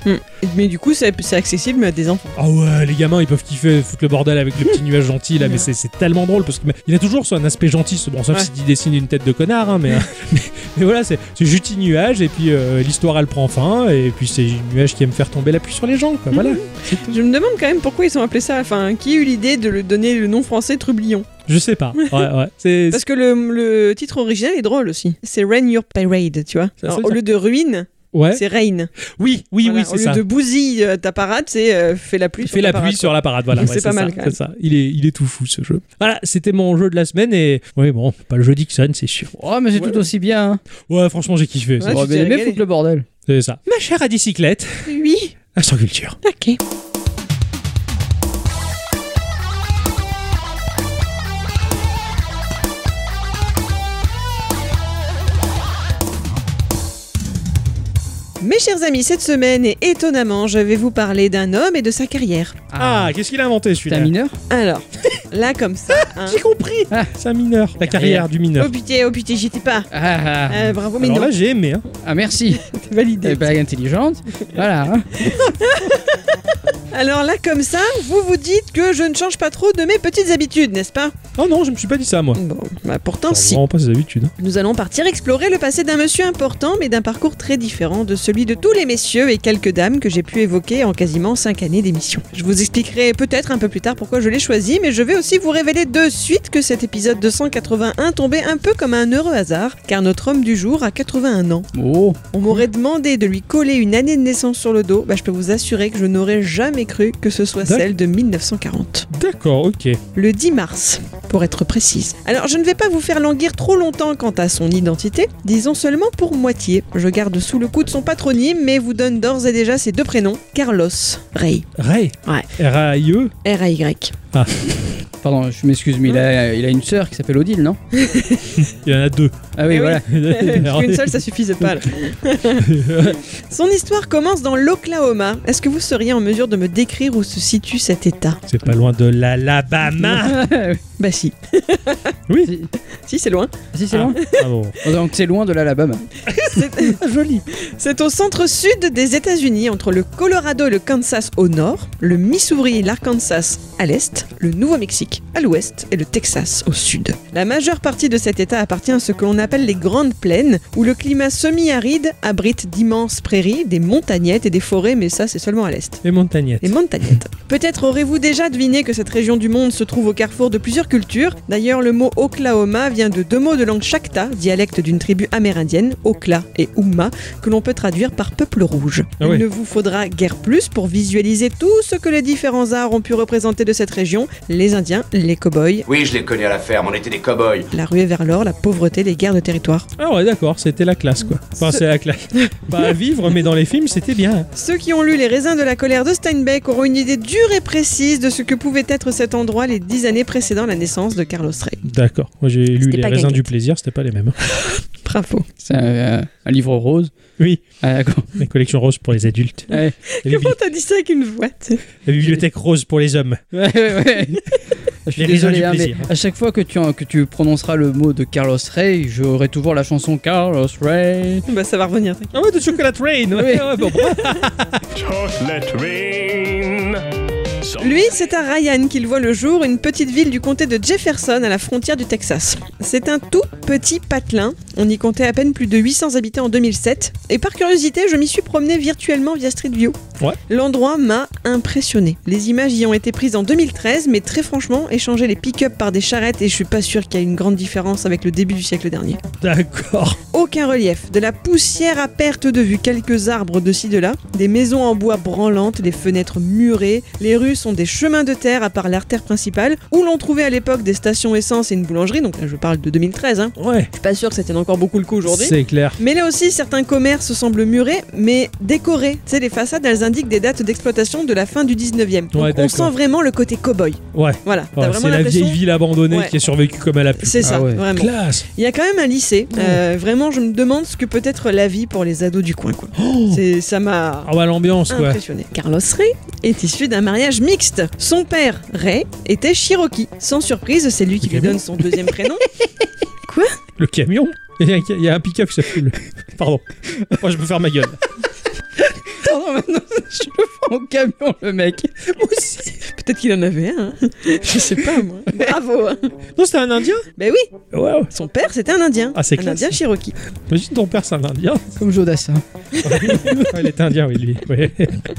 Mais du coup, c'est c'est accessible à des enfants.
Ah ouais, les gamins, ils peuvent kiffer, foutre le bordel avec le petit nuage gentil là, mais c'est c'est tellement drôle parce qu'il a toujours son aspect gentil, ce- bon, sauf
Ouais.
s'il dessine une tête de connard, hein, mais, mais, mais voilà, c'est ce juti nuage, et puis euh, l'histoire elle prend fin, et puis c'est une nuage qui aime faire tomber la pluie sur les gens, quoi, voilà.
Mm-hmm.
C'est tout.
Je me demande quand même pourquoi ils ont appelé ça. Enfin, qui a eu l'idée de le donner le nom français Trublion
Je sais pas, ouais, ouais. C'est-
Parce que le, le titre original est drôle aussi. C'est Rain Your Parade, tu vois.
Ça,
Alors,
c'est
au
ça.
lieu de ruine,
ouais.
c'est rain.
Oui, oui,
Voilà,
oui,
Au
c'est
lieu
ça.
de bousille euh, ta parade, c'est euh, fais la pluie.
Fait la pluie sur la parade, voilà.
C'est
ouais,
pas mal,
ça,
quand
C'est ça.
même.
Il est, il est tout fou ce jeu. Voilà, c'était mon jeu de la semaine et oui bon, pas le jeu Dixon, c'est sûr.
Oh mais c'est tout aussi bien. hein.
Ouais, franchement j'ai kiffé. ça.
Ouais,
Oh,
tu t'es
mais les mecs
régalé.
foutent le bordel.
C'est ça. Ma chère à bicyclette,
la pluie. Oui,
à sans culture.
ok. Mes chers amis, cette semaine et étonnamment, je vais vous parler d'un homme et de sa carrière.
Ah, qu'est-ce qu'il a inventé
t'es
celui-là
un mineur
Alors, là comme ça, hein.
J'ai compris
Ah.
C'est un mineur. La carrière du mineur.
Oh putain, oh putain, j'y étais pas.
ah, ah.
Euh, bravo, mais
Alors
non,
là, j'ai aimé. Hein.
Ah, merci.
c'est validé.
Des blagues intelligentes. Voilà. hein.
Alors là, comme ça, vous vous dites que je ne change pas trop de mes petites habitudes, n'est-ce pas
Oh non, je me suis pas dit ça, moi.
Bon, bah pourtant
Je
si.
vraiment pas ses habitudes. hein.
Nous allons partir explorer le passé d'un monsieur important, mais d'un parcours très différent de celui de tous les messieurs et quelques dames que j'ai pu évoquer en quasiment 5 années d'émission. Je vous expliquerai peut-être un peu plus tard pourquoi je l'ai choisi, mais je vais aussi vous révéler de suite que cet épisode 281 tombait un peu comme un heureux hasard, car notre homme du jour a 81 ans.
Oh.
On m'aurait demandé de lui coller une année de naissance sur le dos, bah, je peux vous assurer que je n'aurais jamais cru que ce soit
D'accord.
celle de 1940.
D'accord, ok.
Le 10 mars, pour être précise. Alors je ne vais pas vous faire languir trop longtemps quant à son identité, disons seulement pour moitié. Je garde sous le coude son patronyme, mais vous donne d'ores et déjà ses deux prénoms, Carlos Rey,
Ray.
Ouais.
R-A-I-E.
R-A-Y.
Pardon, je m'excuse, mais il a, il a une sœur qui s'appelle Odile, non
Il y en a deux.
Ah oui,
oui.
voilà.
Parce qu'une seule, ça suffisait pas. là. Son histoire commence dans l'Oklahoma. Est-ce que vous seriez en mesure de me décrire où se situe cet état
C'est pas loin de l'Alabama.
Bah si.
Oui.
Si, c'est loin.
Ah, si, c'est loin.
Ah bon.
Donc c'est loin de l'Alabama.
C'est joli. C'est au centre-sud des États-Unis, entre le Colorado et le Kansas au nord, le Missouri et l'Arkansas à l'est, le Nouveau-Mexique à l'ouest et le Texas au sud. La majeure partie de cet État appartient à ce que l'on appelle les Grandes Plaines, où le climat semi-aride abrite d'immenses prairies, des montagnettes et des forêts, mais ça c'est seulement à l'est.
Les montagnettes.
Les montagnettes. Peut-être aurez-vous déjà deviné que cette région du monde se trouve au carrefour de plusieurs cultures. D'ailleurs, le mot Oklahoma vient de deux mots de langue Shakta, dialecte d'une tribu amérindienne, Okla et Umma, que l'on peut traduire par peuple rouge.
Ah oui.
Il ne vous faudra guère plus pour visualiser tout ce que les différents arts ont pu représenter de cette région les Indiens, les cow-boys,
Oui, je les connais à la ferme, on était des cow-boys.
la ruée vers l'or, la pauvreté, les guerres de territoire.
Ah ouais, d'accord, c'était la classe quoi. Enfin, c'est la classe. Pas à vivre, mais dans les films, c'était bien. hein.
Ceux qui ont lu Les raisins de la colère de Steinbeck auront une idée dure et précise de ce que pouvait être cet endroit les dix années précédant la naissance de Carlos Rey.
D'accord. Moi, j'ai lu
C'était
Les
pas
raisins
Guinguette.
du plaisir, c'était pas les mêmes. hein.
Bravo.
C'est un, un livre rose.
Oui,
Ah, d'accord.
la collection rose pour les adultes.
Ouais.
La, bibli-
Comment t'as dit ça avec une voix tu sais
la bibliothèque rose pour les hommes.
Ouais, ouais, ouais. Je suis
Les raisins
désolé,
du
hein, mais
plaisir.
à chaque fois que tu, que tu prononceras le mot de Carlos Rey, j'aurai toujours la chanson Carlos Rey.
Bah ça va revenir. t'inquiète.
Ah ouais, de Chocolat Rain.
ouais,
Lui, c'est à Ryan qu'il voit le jour, une petite ville du comté de Jefferson à la frontière du Texas. C'est un tout petit patelin, on y comptait à peine plus de 800 habitants en 2007, et par curiosité, je m'y suis promené virtuellement via Street View.
Ouais.
L'endroit m'a impressionné. Les images y ont été prises en 2013, mais très franchement, échanger les pick-up par des charrettes, et je suis pas sûr qu'il y ait une grande différence avec le début du siècle dernier.
D'accord.
Aucun relief, de la poussière à perte de vue, quelques arbres de ci de là, des maisons en bois branlantes, des fenêtres murées, les rues sont des chemins de terre à part l'artère principale, où l'on trouvait à l'époque des stations essence et une boulangerie, donc là je parle de 2013, hein.
Ouais.
je suis pas sûr que ça tienne encore beaucoup le coup aujourd'hui.
C'est clair.
Mais là aussi, certains commerces semblent murés, mais décorés. Tu sais, les façades, elles indiquent des dates d'exploitation de la fin du 19e. Donc
Ouais,
on
d'accord.
sent vraiment le côté cow-boy.
Ouais.
Voilà,
Ouais,
t'as vraiment
c'est la
l'impression...
vieille ville abandonnée
Ouais.
qui est survécue comme elle a pu.
C'est ça,
Ah ouais.
vraiment.
Classe.
Il y a quand même un lycée. Euh, vraiment, je me demande ce que peut être la vie pour les ados du coin. Quoi. C'est- ça m'a
Ah bah l'ambiance quoi.
impressionné. Carlos Ray est issu d'un mariage mixte. Son père, Ray, était Cherokee. Sans surprise, c'est lui qui lui
Évidemment.
donne son deuxième prénom.
Le camion. Il y a un- il y a un pick-up qui s'appelle. Pardon. Moi, je peux faire ma gueule.
Pardon, maintenant, je le prends au camion, le mec.
Moi aussi. Peut-être qu'il en avait un. hein. Je sais pas, moi. Bravo. hein.
Non, c'était un Indien.
Ben oui,
Ouais. ouais.
son père, c'était un Indien.
Ah, c'est
Un
classe.
Indien Cherokee.
Imagine ton père, c'est un Indien.
Comme Jodassin.
Ah, il est indien, oui, lui. Ouais.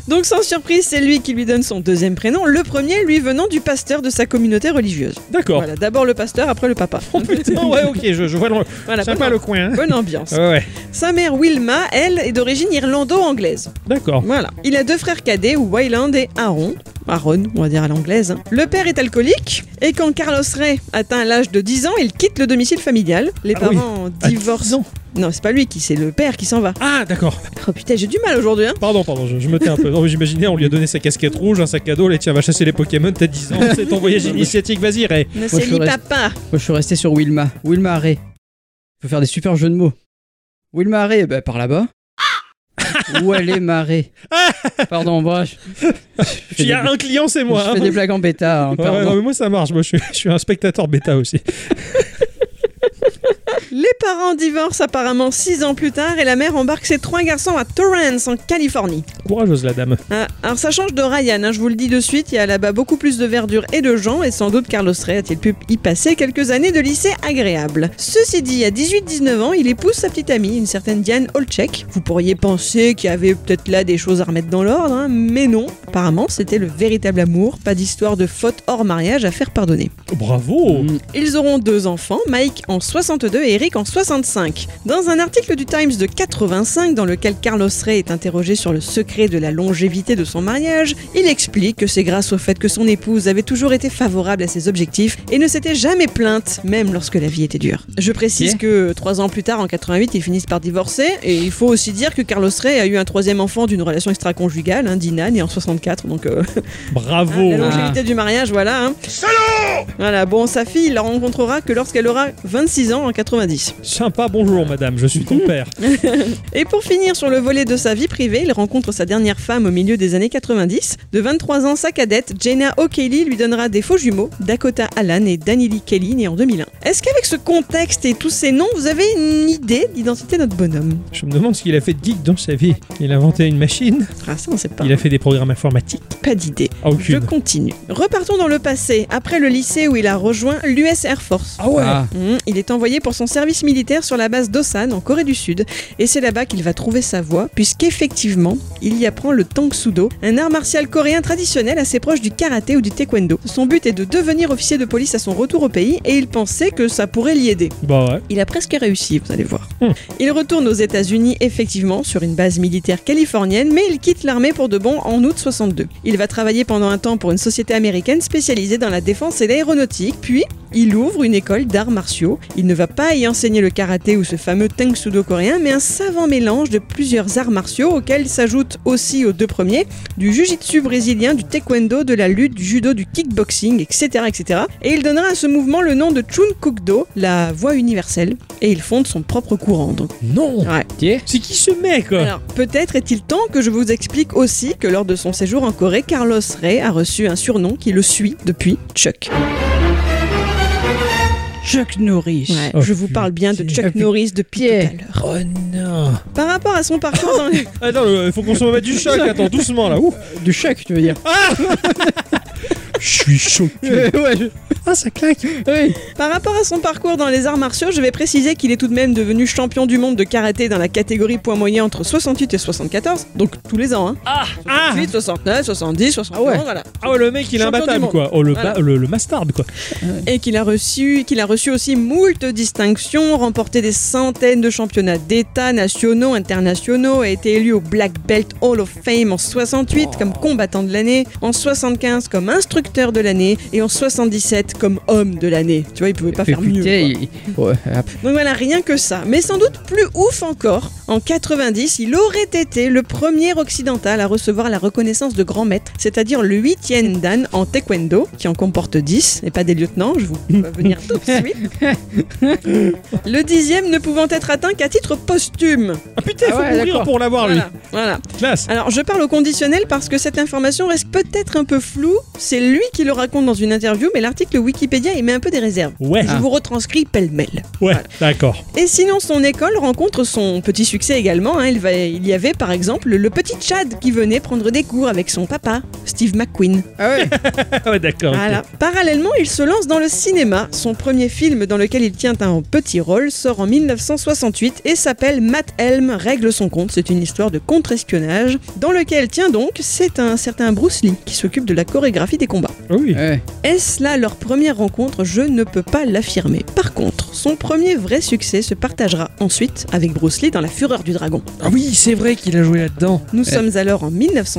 Donc, sans surprise, c'est lui qui lui donne son deuxième prénom. Le premier, lui, venant du pasteur de sa communauté religieuse.
D'accord.
Voilà, d'abord le pasteur, après le papa.
Oh putain, ouais, ok, je, je vois le...
Voilà,
sympa
bonne,
le coin. hein.
bonne ambiance.
Ouais, ouais,
Sa mère Wilma, elle, est d'origine irlando-anglaise.
d'accord.
Voilà. Il a deux frères cadets, Wyland et Aaron. Aaron, on va dire à l'anglaise. hein. Le père est alcoolique et quand Carlos Ray atteint l'âge de 10 ans, il quitte le domicile familial. Les
Ah
parents
À
divorcent.
10 ans.
Non, c'est pas lui qui, c'est le père qui s'en va.
Ah, d'accord.
Oh putain, j'ai du mal aujourd'hui. Hein.
Pardon, pardon, je, je me tais un peu. Non, mais J'imaginais, on lui a donné sa casquette rouge, un sac à dos, et tiens, va chasser les Pokémon, t'as 10 ans, c'est ton voyage initiatique, vas-y, Ray.
Mais
Moi,
c'est
je
lui,
reste-
papa.
Moi, je suis resté sur Wilma. Wilma Ray. Je peux faire des super jeux de mots. Wilma Ray, bah, par là-bas. Où elle est marée Pardon, moi, je, je fais,
Il y
des,
a un client, c'est moi.
je
hein.
fais des blagues en bêta. hein,
Ouais, ouais,
pardon.
non, mais moi ça marche, moi je suis, je suis un spectateur bêta aussi.
Les parents divorcent apparemment 6 ans plus tard et la mère embarque ses trois garçons à Torrance, en Californie.
Courageuse la dame.
Ah, alors ça change de Ryan, hein, je vous le dis de suite, il y a là-bas beaucoup plus de verdure et de gens, et sans doute Carlos Ray a-t-il pu y passer quelques années de lycée agréable. Ceci dit, à 18-19 ans, il épouse sa petite amie, une certaine Diane Olchek. Vous pourriez penser qu'il y avait peut-être là des choses à remettre dans l'ordre, hein, mais non. Apparemment, c'était le véritable amour, pas d'histoire de faute hors mariage à faire pardonner.
Bravo
Mm.
Ils auront deux enfants, Mike en 62 et Eric en 65. Dans un article du Times de 85 dans lequel Carlos Ray est interrogé sur le secret de la longévité de son mariage, il explique que c'est grâce au fait que son épouse avait toujours été favorable à ses objectifs et ne s'était jamais plainte, même lorsque la vie était dure. Je précise
Ok.
que trois ans plus tard, en 88, ils finissent par divorcer et il faut aussi dire que Carlos Ray a eu un troisième enfant d'une relation extra-conjugale, hein, Dina, née en 64, donc... euh,
Ah,
Bravo
la longévité du mariage, voilà. Hein. Voilà, bon, sa fille, il la rencontrera que lorsqu'elle aura 26 ans en 90.
Sympa, bonjour madame, je suis
Mm.
ton père.
Et pour finir sur le volet de sa vie privée, il rencontre sa dernière femme au milieu des années 90. De 23 ans, sa cadette, Jenna O'Kelly, lui donnera des faux jumeaux, Dakota Allan et Danny Lee Kelly, nés en 2001. Est-ce qu'avec ce contexte et tous ces noms, vous avez une idée d'identité de notre bonhomme
Je me demande ce qu'il a fait de geek dans sa vie. Il a inventé une machine,
Ah, ça, on sait pas.
il a fait des programmes informatiques.
Pas d'idée.
Ah,
Je
aucune.
continue. Repartons dans le passé. Après le lycée où il a rejoint l'US Air Force.
Ah ouais
Ah,
Mmh, Il est envoyé pour son service militaire sur la base d'Osan en Corée du Sud et c'est là-bas qu'il va trouver sa voie puisqu'effectivement il y apprend le Tangsudo, un art martial coréen traditionnel assez proche du karaté ou du taekwondo. Son but est de devenir officier de police à son retour au pays et il pensait que ça pourrait l'y aider.
Bah ouais.
Il a presque réussi, vous allez voir.
Hmm.
Il retourne aux États-Unis, effectivement, sur une base militaire californienne, mais il quitte l'armée pour de bon en août 62. Il va travailler pendant un temps pour une société américaine spécialisée dans la défense et l'aéronautique, puis il ouvre une école d'arts martiaux. Il ne va pas y enseigner le karaté ou ce fameux tangsudo coréen, mais un savant mélange de plusieurs arts martiaux auxquels s'ajoutent aussi aux deux premiers du jiu-jitsu brésilien, du taekwondo, de la lutte, du judo, du kickboxing, etc. etc. Et il donnera à ce mouvement le nom de Chun Kuk Do, la voie universelle, et il fonde son propre courant. donc.
Non
Ouais.
tiens.
C'est qui ce mec quoi
Alors, peut-être est-il temps que je vous explique aussi que lors de son séjour en Corée, Carlos Ray a reçu un surnom qui le suit depuis Chuck.
Chuck Norris.
Ouais,
Oh,
je vous parle bien de
putain.
Ah,
Euh,
Chuck Norris depuis tout
Pierre.
à l'heure.
Oh non
Par rapport à son parcours dans les...
Attends, il faut qu'on se remette du choc, attends, doucement là. Ouh.
Du Chuck, tu veux dire.
Je suis choqué.
Euh, ouais, je-
Ah, ça claque
oui.
Par rapport à son parcours dans les arts martiaux, je vais préciser qu'il est tout de même devenu champion du monde de karaté dans la catégorie poids moyen entre 68 et 74, donc tous les ans. Hein.
Ah
68, 69, 70, 71,
Ah ouais.
voilà.
Ah ouais, le mec il est
Champion du
imbattable
monde.
quoi. Oh, le,
Voilà.
ba- le, le mastard quoi.
Et qu'il a, reçu, qu'il a reçu aussi moult distinctions, remporté des centaines de championnats d'État, nationaux, internationaux, a été élu au Black Belt Hall of Fame en 68 comme combattant de l'année, en 75 comme instructeur de l'année, et en 77 comme homme de l'année. Tu vois, il pouvait pas faire mieux.
Putain,
quoi.
il- ouais, hop.
Donc voilà, rien que ça. Mais sans doute plus ouf encore, en 90, il aurait été le premier occidental à recevoir la reconnaissance de grand maître, c'est-à-dire le huitième dan en taekwondo, qui en comporte 10, et pas des lieutenants, je vous je vais venir tout de suite. Le dixième ne pouvant être atteint qu'à titre posthume.
Ah putain,
Ah
faut
ouais,
mourir
d'accord.
pour l'avoir lui.
Voilà, voilà.
Classe.
Alors je parle au conditionnel parce que cette information reste peut-être un peu floue. C'est lui qui le raconte dans une interview, mais l'article Wikipédia y met un peu des réserves.
Ouais,
Je vous retranscris pêle-mêle.
ouais, d'accord.
Et sinon, son école rencontre son petit succès également. hein. Il, va- il y avait par exemple le petit Chad qui venait prendre des cours avec son papa, Steve McQueen.
Ah ouais.
Ah ouais, d'accord. ok.
Voilà. Parallèlement, il se lance dans le cinéma. Son premier film dans lequel il tient un petit rôle sort en 1968 et s'appelle Matt Helm règle son compte. C'est une histoire de contre-espionnage dans lequel tient donc c'est un certain Bruce Lee qui s'occupe de la chorégraphie des combats.
Ah oui.
Ouais.
Est-ce là leur première rencontre Je ne peux pas l'affirmer. Par contre, son premier vrai succès se partagera ensuite avec Bruce Lee dans La Fureur du Dragon.
Ah oui, c'est vrai qu'il a joué là-dedans.
Nous sommes alors en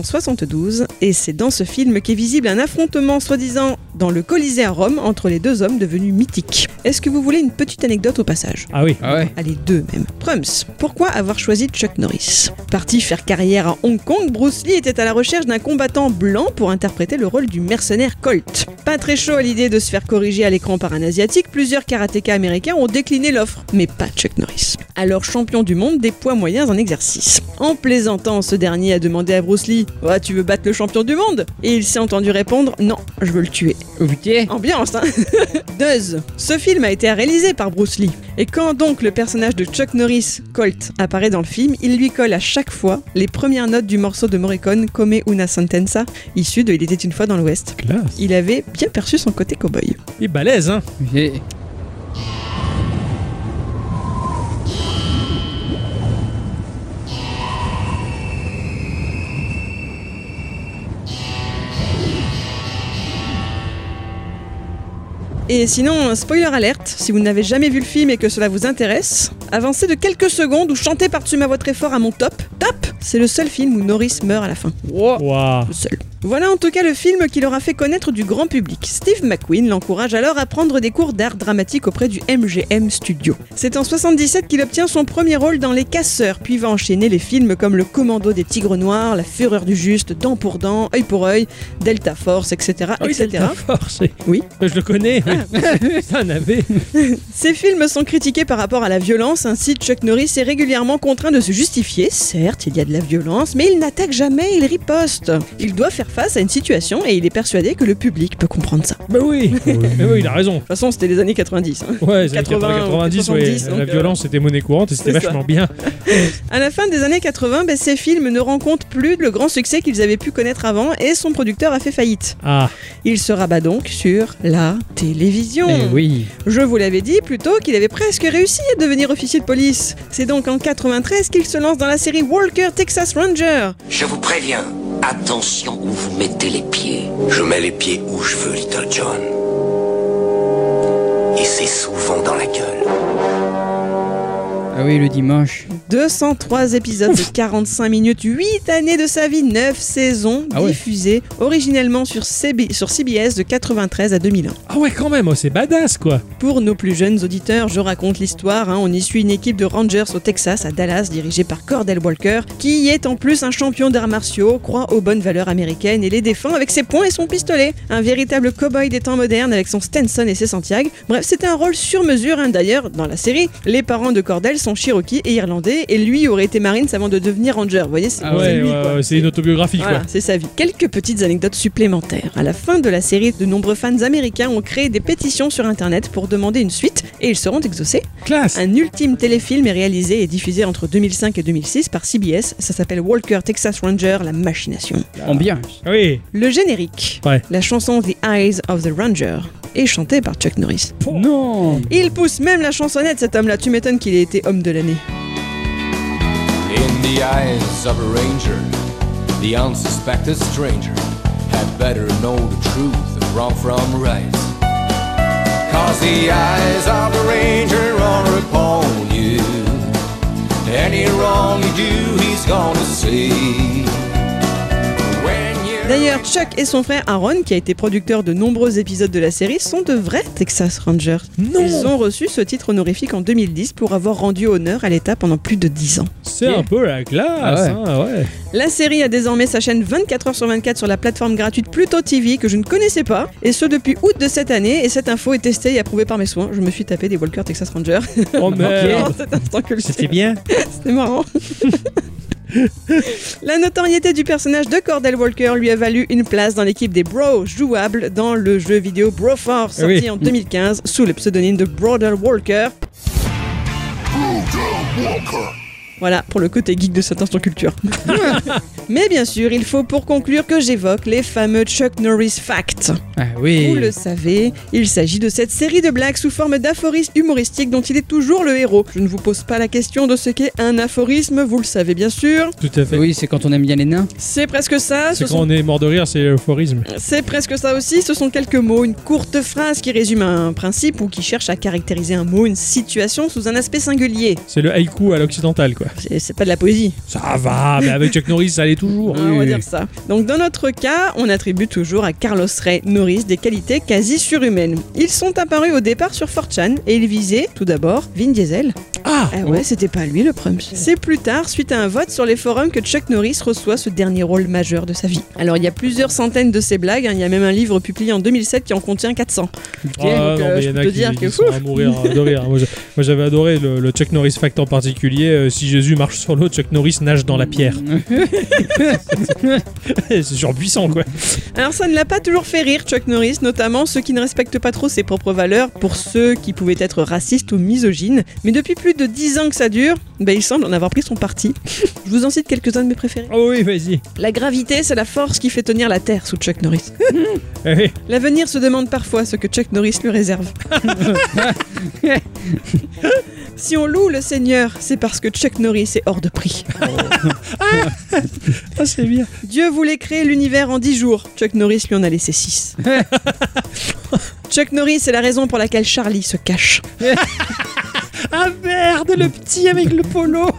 1972 et c'est dans ce film qu'est visible un affrontement soi-disant dans le Colisée à Rome entre les deux hommes devenus mythiques. Est-ce que vous voulez une petite anecdote au passage
Ah oui.
Ah ouais.
à les deux même. Trumps, pourquoi avoir choisi Chuck Norris Parti faire carrière à Hong Kong, Bruce Lee était à la recherche d'un combattant blanc pour interpréter le rôle du mercenaire Colt. Pas très chaud à l'idée de se faire corriger à l'écran par un asiatique, plusieurs karatékas américains ont décliné l'offre, mais pas Chuck Norris. Alors champion du monde des poids moyens en exercice. En plaisantant, ce dernier a demandé à Bruce Lee Ah, Tu veux battre le champion du monde Et il s'est entendu répondre Non, je veux le tuer.
Oh putain.
Ambiance, hein Duzz. Ce film a été réalisé par Bruce Lee. Et quand donc le personnage de Chuck Norris, Colt, apparaît dans le film, il lui colle à chaque fois les premières notes du morceau de Morricone, Come una sentenza, issu de Il était une fois dans l'Ouest.
Classe.
Il avait bien perçu son côté cow-boy.
Il est balèze, hein.
J'ai-
Et sinon, spoiler alerte, si vous n'avez jamais vu le film et que cela vous intéresse, avancez de quelques secondes ou chantez par-dessus ma voix très fort à mon top. Top C'est le seul film où Norris meurt à la fin.
Wow.
Waouh.
Le seul. Voilà en tout cas le film qui leur a fait connaître du grand public. Steve McQueen l'encourage alors à prendre des cours d'art dramatique auprès du MGM Studio. C'est en 77 qu'il obtient son premier rôle dans Les Casseurs, puis va enchaîner les films comme Le Commando des Tigres Noirs, La Fureur du Juste, Dent pour Dent, Œil pour Œil, Delta Force, etc.
Ah oui,
etc.
Delta Force. c'est-
Oui. Ah.
Je le connais. oui. C'est un AV.
Ces films sont critiqués par rapport à la violence, ainsi Chuck Norris est régulièrement contraint de se justifier. Certes, il y a de la violence, mais il n'attaque jamais, il riposte. Il doit faire face à une situation et il est persuadé que le public peut comprendre ça.
Bah oui. Mais oui, il a raison.
De toute façon, c'était les années 90. hein.
Ouais, les années
80,
90,
70,
ouais,
donc,
la
euh,
violence était monnaie courante et c'était
c'est ça.
vachement bien.
À la fin des années 80, ben, ces films ne rencontrent plus le grand succès qu'ils avaient pu connaître avant et son producteur a fait faillite.
Ah,
Il se rabat donc sur la télévision.
Eh oui.
Je vous l'avais dit plus tôt qu'il avait presque réussi à devenir officier de police. C'est donc en 93 qu'il se lance dans la série Walker Texas Ranger.
Je vous préviens, attention où vous mettez les pieds. Je mets les pieds où je veux, Little John. Et c'est souvent dans la gueule.
Ah oui, le dimanche.
203 épisodes de 45 minutes, 8 années de sa vie, 9 saisons
Ah ouais.
diffusées originellement sur, CB sur CBS de 93 à 2001.
ah ouais, quand même, oh, c'est badass quoi.
Pour nos plus jeunes auditeurs, je raconte l'histoire. hein. On y suit une équipe de Rangers au Texas, à Dallas, dirigée par Cordell Walker, qui est en plus un champion d'arts martiaux, croit aux bonnes valeurs américaines et les défend avec ses poings et son pistolet. Un véritable cow-boy des temps modernes avec son Stenson et ses Santiago. Bref, c'était un rôle sur mesure. hein. D'ailleurs, dans la série, les parents de Cordell sont Cherokee et Irlandais, et lui aurait été Marines avant de devenir Ranger. Vous voyez, c'est
Ah
c'est
ouais,
lui,
ouais,
quoi.
ouais, c'est une autobiographie
Voilà, c'est sa vie. Quelques petites anecdotes supplémentaires. À la fin de la série, de nombreux fans américains ont créé des pétitions sur internet pour demander une suite et ils seront exaucés.
quoi. Classe.
Un ultime téléfilm est réalisé et diffusé entre 2005 et 2006 par CBS. Ça s'appelle Walker Texas Ranger, la machination.
Ah.
Ambiance.
Oui.
Le générique.
Ouais.
La chanson The Eyes of the Ranger est chantée par Chuck Norris.
Non.
Il pousse même la chansonnette cet homme-là. Tu m'étonnes qu'il ait été homme de l'année.
In the eyes of a ranger, the unsuspected stranger had better know the truth of wrong from right. Cause the eyes of a ranger are upon you. Any wrong you do, he's gonna see. When you
D'ailleurs, Chuck et son frère Aaron, qui a été producteur de nombreux épisodes de la série, sont de vrais Texas Rangers.
Non.
Ils ont reçu ce titre honorifique en 2010 pour avoir rendu honneur à l'État pendant plus de 10 ans.
C'est un peu la
Ah
classe. hein, ouais.
La série a désormais sa chaîne 24h sur 24 sur la plateforme gratuite Pluto TV que je ne connaissais pas, et ce depuis août de cette année, et cette info est testée et approuvée par mes soins. Je me suis tapé des Walker Texas Rangers.
Oh
en
merde.
cet instant que le
C'était bien.
C'était marrant. La notoriété du personnage de Cordell Walker lui a valu une place dans l'équipe des Bros jouables dans le jeu vidéo Broforce
Ah oui.
sorti en 2015 sous le pseudonyme de Broder Walker. Voilà pour le côté geek de cette instant culture. Mais bien sûr, il faut pour conclure que j'évoque les fameux Chuck Norris Facts.
Ah oui.
Vous le savez, il s'agit de cette série de blagues sous forme d'aphorismes humoristiques dont il est toujours le héros. Je ne vous pose pas la question de ce qu'est un aphorisme, vous le savez bien sûr.
Tout à fait.
Ah Oui, c'est quand on aime bien les nains.
C'est presque ça.
C'est
ce
quand
sont-
on est mort de rire, c'est l'euphorisme.
C'est presque ça aussi, ce sont quelques mots, une courte phrase qui résume un principe ou qui cherche à caractériser un mot, une situation sous un aspect singulier.
C'est le haïku à l'occidental quoi.
C'est c'est pas de la poésie.
Ça va, mais avec Chuck Norris, ça allait toujours.
Hein, on va dire ça. Donc dans notre cas, on attribue toujours à Carlos Ray Norris des qualités quasi surhumaines. Ils sont apparus au départ sur 4chan et ils visaient tout d'abord Vin Diesel.
Ah
Ah ouais, c'était pas lui le Prumps. C'est plus tard, suite à un vote sur les forums, que Chuck Norris reçoit ce dernier rôle majeur de sa vie. Alors il y a plusieurs centaines de ces blagues, hein. il y a même un livre publié en 2007 qui en contient 400.
Ah,
Ok,
non,
donc,
mais
euh,
il y
je
en
peux
a
te
qui
dire
qui
que
sont
ouf.
à mourir de rire. hein. Moi, je- moi, j'avais adoré le, le Chuck Norris Fact en particulier. euh, si Jésus marche sur l'eau, Chuck Norris nage dans la pierre. C'est surpuissant quoi.
Alors ça ne l'a pas toujours fait rire Chuck Norris, notamment ceux qui ne respectent pas trop ses propres valeurs, pour ceux qui pouvaient être racistes ou misogynes. Mais depuis plus de 10 ans que ça dure, ben, il semble en avoir pris son parti. Je vous en cite quelques-uns de mes préférés.
Oh oui, vas-y.
La gravité, c'est la force qui fait tenir la Terre sous Chuck Norris.
Eh oui.
L'avenir se demande parfois ce que Chuck Norris lui réserve. si on loue le Seigneur, c'est parce que Chuck Norris est hors de prix.
Ah, c'est bien.
Dieu voulait créer l'univers en 10 jours. Chuck Norris lui en a laissé 6. Chuck Norris est la raison pour laquelle Charlie se cache.
Ah merde, le petit avec le
Oh
polo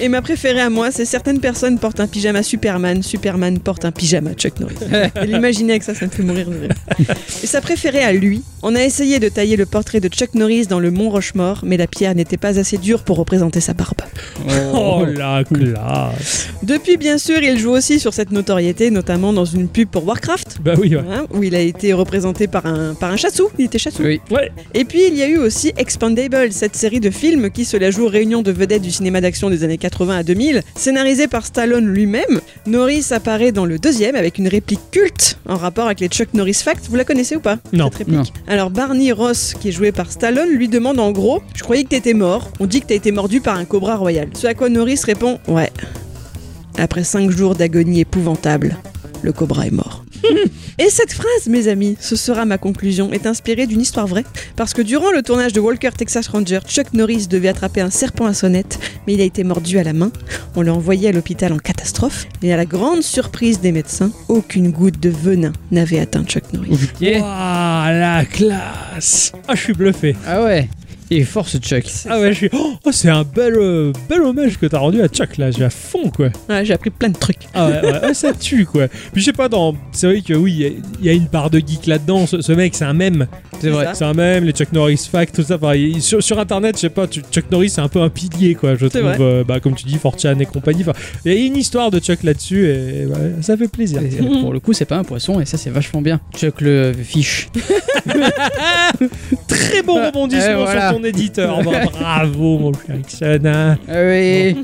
Et ma préférée à moi, c'est certaines personnes portent un pyjama Superman, Superman porte un pyjama Chuck Norris. Et L'imaginer avec ça, ça me fait mourir de rire. Et sa préférée à lui, on a essayé de tailler le portrait de Chuck Norris dans le Mont Rochemort, mais la pierre n'était pas assez dure pour représenter sa barbe.
Oh la classe
Depuis, bien sûr, il joue aussi sur cette notoriété, notamment dans une pub pour Warcraft,
Bah oui, ouais.
hein, où il a été représenté par un, par un chassou. Il était chassou.
Oui.
Ouais,
Et puis il y a eu aussi Expandable, cette série de films qui se la joue réunion de vedettes du cinéma d'action des années 80 à 2000, scénarisée par Stallone lui-même. Norris apparaît dans le deuxième avec une réplique culte en rapport avec les Chuck Norris Facts. Vous la connaissez ou pas
non.
Non.
Alors Barney Ross, qui est joué par Stallone, lui demande en gros Je croyais que t'étais mort, on dit que t'as été mordu par un cobra royal. Ce à quoi Norris répond Ouais. Après cinq jours d'agonie épouvantable, le cobra est mort. Et cette phrase, mes amis, ce sera ma conclusion, est inspirée d'une histoire vraie. Parce que durant le tournage de Walker Texas Ranger, Chuck Norris devait attraper un serpent à sonnette, mais il a été mordu à la main. On l'a envoyé à l'hôpital en catastrophe, mais à la grande surprise des médecins, aucune goutte de venin n'avait atteint Chuck Norris.
Yeah.
Ouah, Ah, la classe Ah, je suis bluffé.
Ah ouais. Et force Chuck.
Ah ouais, je suis... Oh, c'est un bel, euh, bel hommage que t'as rendu à Chuck, là. J'ai à fond, quoi.
Ouais, J'ai appris plein de trucs.
Ah ouais, ouais, ouais, ça tue, quoi. Puis je sais pas, dans... c'est vrai que oui, il y a- il y, a une part de geek là-dedans. Ce, ce mec, c'est un mème.
C'est
vrai.
C'est un mème, les Chuck Norris facts, tout ça. pareil. Il- sur, sur Internet, je sais pas, tu- Chuck Norris, c'est un peu un pilier, quoi. Je
C'est
trouve,
vrai.
euh, bah, comme tu dis, Fortune et compagnie. Enfin, Il y a une histoire de Chuck là-dessus et ouais, ça fait plaisir.
Et, euh, Pour le coup, c'est pas un poisson et ça, c'est vachement bien. Chuck le fish.
Très bon
Eh,
rebondissement
voilà.
sur ton éditeur. Bah, bravo, mon cher Ixon. hein.
Ah oui.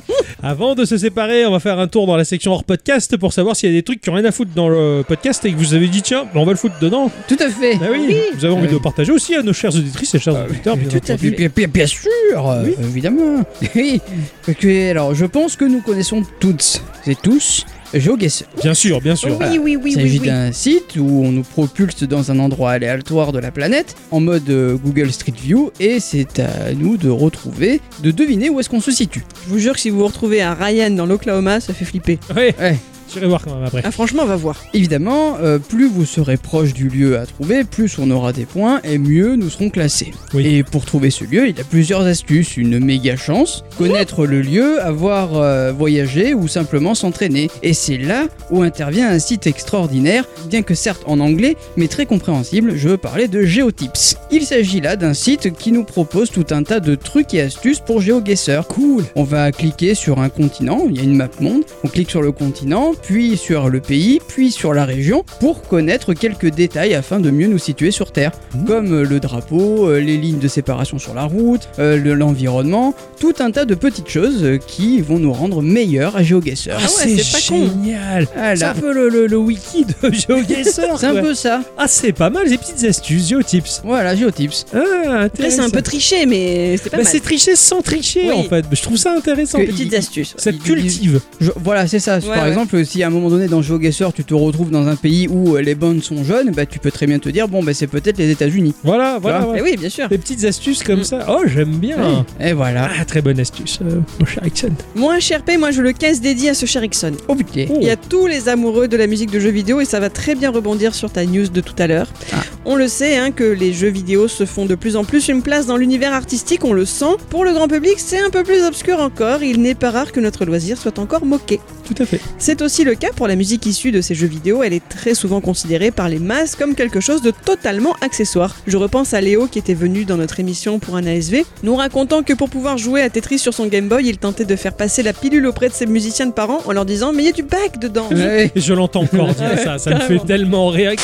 Avant de se séparer, on va faire un tour dans la section hors podcast pour savoir s'il y a des trucs qui ont rien à foutre dans le podcast et que vous avez dit tiens, bah, on va le foutre dedans.
Tout à fait.
Ah oui, vous avez envie
Oui.
de le partager aussi à nos chères auditrices et chers
Ah
auditeurs. bien
Tout à
entendu.
fait. Bien, bien- bien sûr, euh,
Oui.
évidemment. Oui. Parce que, alors, je pense que nous connaissons toutes et tous GeoGuessr.
Bien sûr, bien sûr.
Voilà.
oui, oui,
Il s'agit d'un site où on nous propulse dans un endroit aléatoire de la planète en mode euh, Google Street View et c'est à nous de retrouver, de deviner où est-ce qu'on se situe.
Je vous jure que si vous vous retrouvez à Ryan dans l'Oklahoma, ça fait flipper.
Ouais,
Ouais.
j'irai voir quand même après.
Ah franchement, on va voir.
Évidemment, euh, plus vous serez proche du lieu à trouver, plus on aura des points et mieux nous serons classés.
Oui.
Et pour trouver ce lieu, il y a plusieurs astuces, une méga chance, connaître le lieu, avoir euh, voyagé ou simplement s'entraîner. Et c'est là où intervient un site extraordinaire, bien que certes en anglais, mais très compréhensible, je veux parler de Geotips. Il s'agit là d'un site qui nous propose tout un tas de trucs et astuces pour GeoGuessr. Cool On va cliquer sur un continent, il y a une map monde, on clique sur le continent, puis sur le pays, puis sur la région, pour connaître quelques détails afin de mieux nous situer sur Terre. Comme euh, le drapeau, euh, les lignes de séparation sur la route, euh, le- l'environnement, tout un tas de petites choses euh, qui vont nous rendre meilleurs à GeoGuessr.
Ah ouais, c'est pas con.
génial.
Ah
C'est
là.
un peu le, le- le wiki de GeoGuessr.
C'est un
quoi.
peu ça.
Ah, c'est pas mal, les petites astuces, GeoTips.
Voilà, GeoTips.
Ah,
Après, c'est
intéressant.
un peu triché, mais c'est pas
Bah,
mal.
c'est tricher sans tricher
Oui.
en fait. Bah, Je trouve ça intéressant.
Que-
Petites
il-
astuces. ouais.
Ça te
il- il-
cultive.
Je- voilà, c'est ça.
Ouais,
Par
ouais.
exemple, si à un moment donné dans GeoGuessr tu te retrouves dans un pays où euh, les bandes sont jaunes, bah, tu peux très bien te dire bon, bah, c'est peut-être les États-Unis.
Voilà,
vois
voilà.
Eh
voilà.
oui, bien sûr.
Des petites astuces comme
Mm.
ça. Oh, j'aime bien.
Et voilà.
Ah, très bonne astuce, euh, mon cher Ixon.
Moi, cher P, moi je le caisse dédié à ce cher Ixon.
Oh putain.
Oh.
Il y a tous les amoureux de la musique de jeux vidéo et ça va très bien rebondir sur ta news de tout à l'heure.
Ah.
On le sait hein, que les jeux vidéo se font de plus en plus une place dans l'univers artistique, on le sent. Pour le grand public, c'est un peu plus obscur encore. Il n'est pas rare que notre loisir soit encore moqué.
Oh, Tout à fait.
C'est aussi le cas pour la musique issue de ces jeux vidéo, elle est très souvent considérée par les masses comme quelque chose de totalement accessoire. Je repense à Léo qui était venu dans notre émission pour un ASV, nous racontant que pour pouvoir jouer à Tetris sur son Game Boy, il tentait de faire passer la pilule auprès de ses musiciens de parents en leur disant Mais il y a du bac dedans
Ouais.
Et je l'entends encore dire ça. Ça me fait tellement réagir.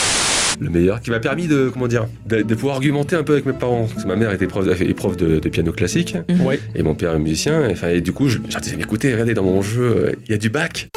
le meilleur, qui m'a permis de, comment dire, de, de pouvoir argumenter un peu avec mes parents. Parce que ma mère était prof, est prof de, de piano classique,
Mhm.
Ouais.
et mon père est musicien, et, enfin, et du coup, je leur disais, mais écoutez, regardez, dans mon jeu, euh, il y a du bac.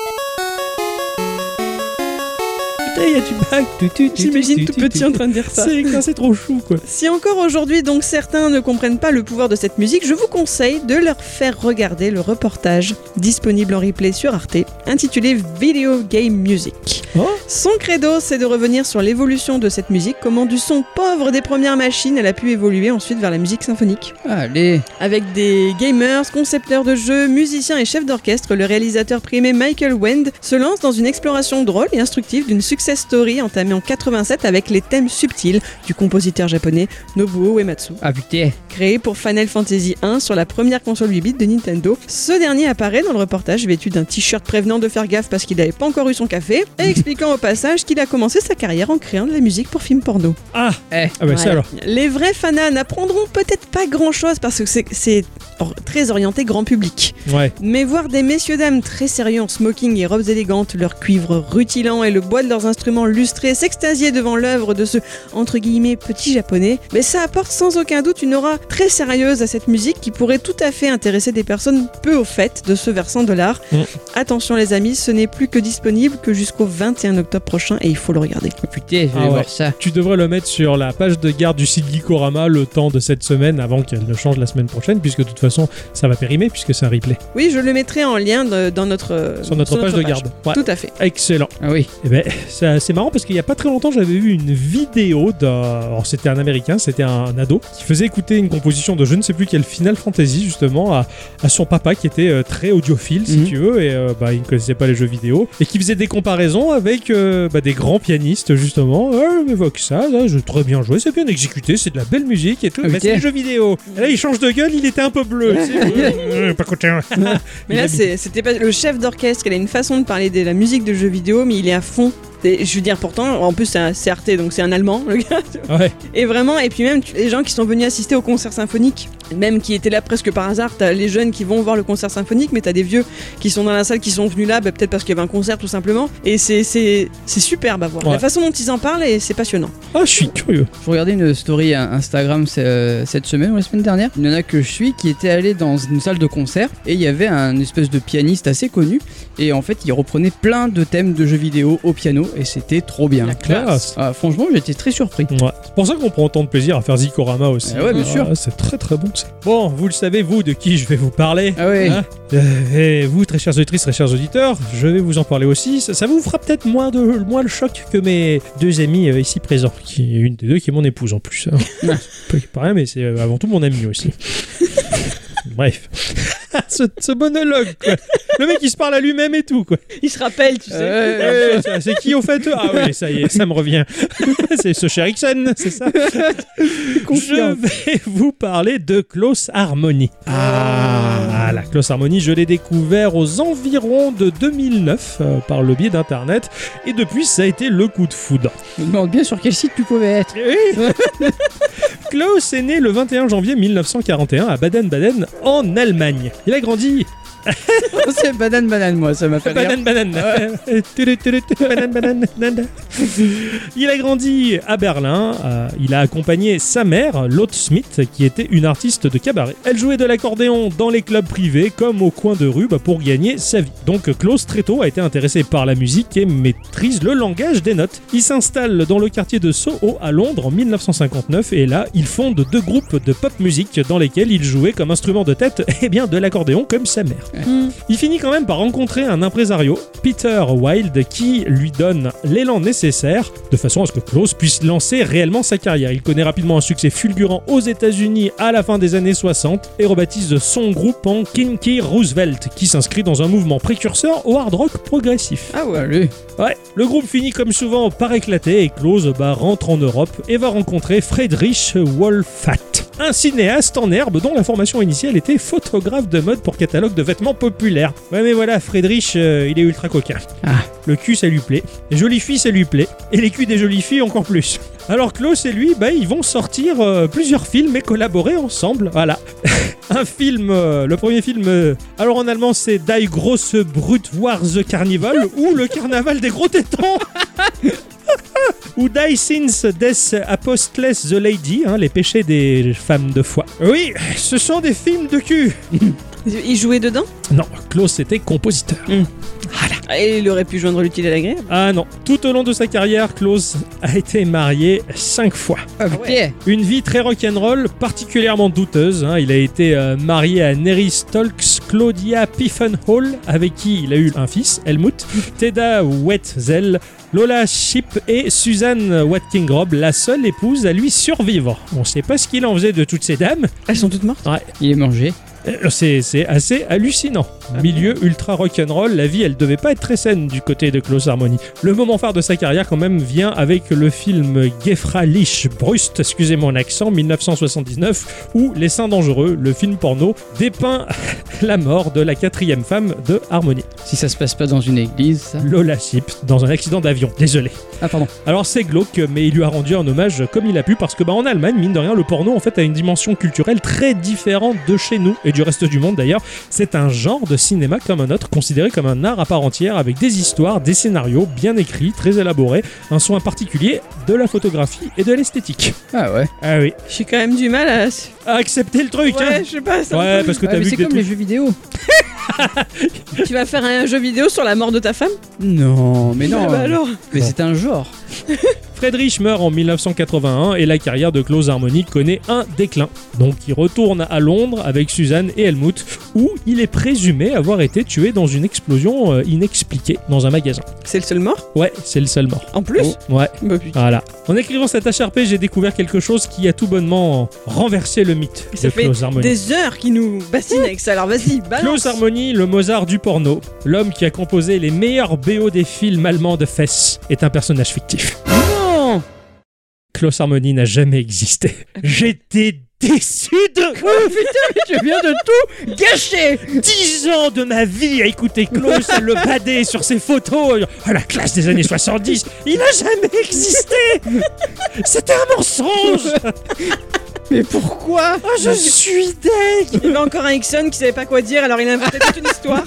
Putain, il y a du bac. Tu, tu, tu,
J'imagine
tu,
tout
tu,
petit
tu.
en train de dire ça.
C'est putain, c'est trop chou, quoi.
Si encore aujourd'hui donc certains ne comprennent pas le pouvoir de cette musique, je vous conseille de leur faire regarder le reportage disponible en replay sur Arte intitulé Video Game Music.
Oh.
Son credo, c'est de revenir sur l'évolution de cette musique, comment du son pauvre des premières machines, elle a pu évoluer ensuite vers la musique symphonique.
Allez.
Avec des gamers, concepteurs de jeux, musiciens et chefs d'orchestre, le réalisateur primé Michael Wend se lance dans une exploration drôle et instructive d'une succession Success Story entamé en 87 avec les thèmes subtils du compositeur japonais Nobuo Uematsu.
Ah putain
Créé pour Final Fantasy 1 sur la première console 8 bits de Nintendo, ce dernier apparaît dans le reportage vêtu d'un t-shirt prévenant de faire gaffe parce qu'il n'avait pas encore eu son café et expliquant au passage qu'il a commencé sa carrière en créant de la musique pour films porno.
Ah Ah bah ça
Eh, Voilà.
alors.
Les vrais fanas n'apprendront peut-être pas grand-chose parce que c'est- c'est or- très orienté grand public.
Ouais.
Mais voir des messieurs dames très sérieux en smoking et robes élégantes, leur cuivre rutilant et le bois de leurs instruments lustrés s'extasier devant l'œuvre de ce entre guillemets petit japonais, mais ça apporte sans aucun doute une aura très sérieuse à cette musique qui pourrait tout à fait intéresser des personnes peu au fait de ce versant de l'art.
Mm.
Attention les amis, ce n'est plus que disponible que jusqu'au 21 octobre prochain et il faut le regarder.
Oh, Putain, je vais
Ah ouais.
voir ça.
Tu devrais le mettre sur la page de garde du site Geekorama le temps de cette semaine avant qu'elle ne change la semaine prochaine, puisque de toute façon ça va périmer puisque c'est un replay.
Oui, je le mettrai en lien de- dans notre euh,
Sur notre page de garde. Ouais.
Tout à fait.
Excellent.
Ah oui.
Eh ben, ça- c'est marrant parce qu'il n'y a pas très longtemps, j'avais vu une vidéo d'un. alors, c'était un américain, c'était un ado, qui faisait écouter une composition de je ne sais plus quel Final Fantasy, justement, à, à son papa qui était euh, très audiophile, si
Mhm.
tu veux, et euh, bah, il ne connaissait pas les jeux vidéo, et qui faisait des comparaisons avec euh, bah, des grands pianistes, justement. Euh, mais voix que ça, là, je- très bien joué, c'est bien exécuté, c'est de la belle musique et tout,
Ah,
mais
ok.
c'est des jeux vidéo. Et là, il change de gueule, il était un peu bleu. tu sais, euh, euh, pas content.
Mais
Il
là,
a-
c'est- c'était pas le chef d'orchestre. Il a une façon de parler de la musique de jeux vidéo, mais il est à fond. Et je veux dire, pourtant, en plus, c'est un CRT, donc c'est un Allemand, le gars.
Ouais.
Et vraiment, et puis même tu- les gens qui sont venus assister au concert symphonique, même qui étaient là presque par hasard, t'as les jeunes qui vont voir le concert symphonique, mais t'as des vieux qui sont dans la salle qui sont venus là, bah, peut-être parce qu'il y avait un concert tout simplement. Et c'est c'est- c'est superbe à voir.
Ouais.
La façon dont ils en parlent, et c'est passionnant.
Ah, je suis curieux.
Je regardais une story à Instagram euh, cette semaine ou la semaine dernière. Une nana que je suis qui était allée dans une salle de concert et il y avait un espèce de pianiste assez connu et en fait il reprenait plein de thèmes de jeux vidéo au piano et c'était trop bien.
Classe.
Ah, franchement j'étais très surpris.
Ouais. C'est pour ça qu'on prend autant de plaisir à faire Zikorama aussi.
Ah ouais, bien sûr.
C'est très très bon. ça. Bon, vous le savez, vous, de qui je vais vous parler.
Ah ouais.
Hein Euh, et vous, très chers auditrices, très chers auditeurs, je vais vous en parler aussi. Ça, ça vous fera peut-être moins, de, moins le choc que mes deux amis euh, ici présents, qui une des deux qui est mon épouse en plus. hein. C'est pas- pas rien, mais c'est euh, avant tout mon ami aussi. Bref. ce, ce monologue, quoi. Le mec, il se parle à lui-même et tout, quoi.
Ils se rappellent, tu sais.
Euh, euh, c'est qui au fait Ah oui, ça y est, ça me revient. c'est ce cher Ixon, c'est ça Je
Confiant.
vais vous parler de Close Harmony. Ah, la Close Harmony, je l'ai découvert aux environs de 2009 euh, par le biais d'Internet et depuis, ça a été le coup de foudre.
Je me demande bien sur quel site tu pouvais être.
Klaus est né le 21 janvier 1941 à Baden-Baden en Allemagne. Il a grandi
Oh, C'est banane banane moi ça m'a fait rire.
Banane, banane. Tudu, tudu, tudu, banane, banane, nanda. Il a grandi à Berlin. euh, il a accompagné sa mère, Lotte Smith, qui était une artiste de cabaret. Elle jouait de l'accordéon dans les clubs privés comme au coin de rue bah, pour gagner sa vie. Donc Klaus très tôt a été intéressé par la musique et maîtrise le langage des notes. Il s'installe dans le quartier de Soho à Londres en 1959 et là, il fonde deux groupes de pop music dans lesquels il jouait comme instrument de tête et bien de l'accordéon comme sa mère. Il finit quand même par rencontrer un impresario, Peter Wilde, qui lui donne l'élan nécessaire de façon à ce que Klaus puisse lancer réellement sa carrière. Il connaît rapidement un succès fulgurant aux États-Unis à la fin des années 60 et rebaptise son groupe en Kinky Roosevelt, qui s'inscrit dans un mouvement précurseur au hard rock progressif.
Ah ouais. Allez.
Ouais, le groupe finit comme souvent par éclater et Klaus bah, rentre en Europe et va rencontrer Friedrich Wolfat, un cinéaste en herbe dont la formation initiale était photographe de mode pour catalogue de vêtements populaires. Ouais mais voilà, Friedrich, euh, il est ultra coquin.
Ah.
Le cul, ça lui plaît. Les jolies filles, ça lui plaît. Et les culs des jolies filles, encore plus. Alors Klaus et lui, bah, ils vont sortir euh, plusieurs films et collaborer ensemble. Voilà. Un film, euh, le premier film, euh, alors en allemand c'est Die grosse Brut War the Carnival ou Le Carnaval des Gros Tétons ou Die Sins Des Apostles the Lady, hein, les péchés des femmes de foi. Oui, ce sont des films de cul.
Ils jouaient dedans Ah,
Non, Klaus était compositeur.
Et il aurait pu joindre l'utile à l'agréable.
Ah non, tout au long de sa carrière, Klaus a été marié cinq fois.
Ah putain.
Une vie très rock'n'roll, particulièrement douteuse. hein. Il a été euh, marié à Neri Stolks Claudia Piffenhall, avec qui il a eu un fils, Helmut, Teda Wetzel, Lola Ship et Suzanne Watkingrob, la seule épouse à lui survivre. On ne sait pas ce qu'il en faisait de toutes ces dames.
Elles sont toutes mortes
Il est mangé.
Euh, C'est c'est assez hallucinant. Milieu ultra rock'n'roll, la vie, elle devait pas être très saine du côté de Close Harmony. Le moment phare de sa carrière, quand même, vient avec le film Gefralish Brust, excusez mon accent, 1979, où Les Saints Dangereux, le film porno, dépeint la mort de la quatrième femme de Harmony.
Si ça se passe pas dans une église, ça.
Lola Sip, dans un accident d'avion, désolé.
Ah, pardon.
Alors c'est glauque, mais il lui a rendu un hommage comme il a pu, parce que bah, en Allemagne, mine de rien, le porno en fait a une dimension culturelle très différente de chez nous et du reste du monde d'ailleurs. C'est un genre de cinéma comme un autre, considéré comme un art à part entière, avec des histoires, des scénarios bien écrits, très élaborés, un soin particulier de la photographie et de l'esthétique.
Ah ouais.
Ah oui.
J'ai quand même du mal à.
À accepter le truc,
Ouais,
hein.
je sais pas. ça me
Ouais,
fait-
parce que t'as
mais
vu
c'est
que des
comme les
trucs-
jeux vidéo.
Tu vas faire un jeu vidéo sur la mort de ta femme
Non, mais non.
Ah bah alors
Mais c'est un genre.
Friedrich meurt en 1981 et la carrière de Klaus Harmony connaît un déclin. Donc il retourne à Londres avec Suzanne et Helmut, où il est présumé avoir été tué dans une explosion euh, inexpliquée dans un magasin.
C'est le seul mort
Ouais, c'est le seul mort. Oh,
En plus
Ouais.
Bah putain.
Voilà. En écrivant cet HRP, j'ai découvert quelque chose qui a tout bonnement renversé le mythe
Ça
de
fait
Klaus Harmony.
des heures qu'il nous bassine avec ça, alors vas-y, balance
Klaus Harmony, le Mozart du porno, l'homme qui a composé les meilleurs BO des films allemands de fesses, est un personnage fictif.
Non
Klaus Harmony n'a jamais existé. J'étais déçu de
Oh putain, mais tu viens de tout gâcher
10 ans de ma vie à écouter Klaus le bader sur ses photos à la classe des années 70. Il n'a jamais existé C'était un mensonge
Mais pourquoi
Ah, Je suis deg
Il y avait encore un Ixon qui savait pas quoi dire, alors il a inventé toute une histoire.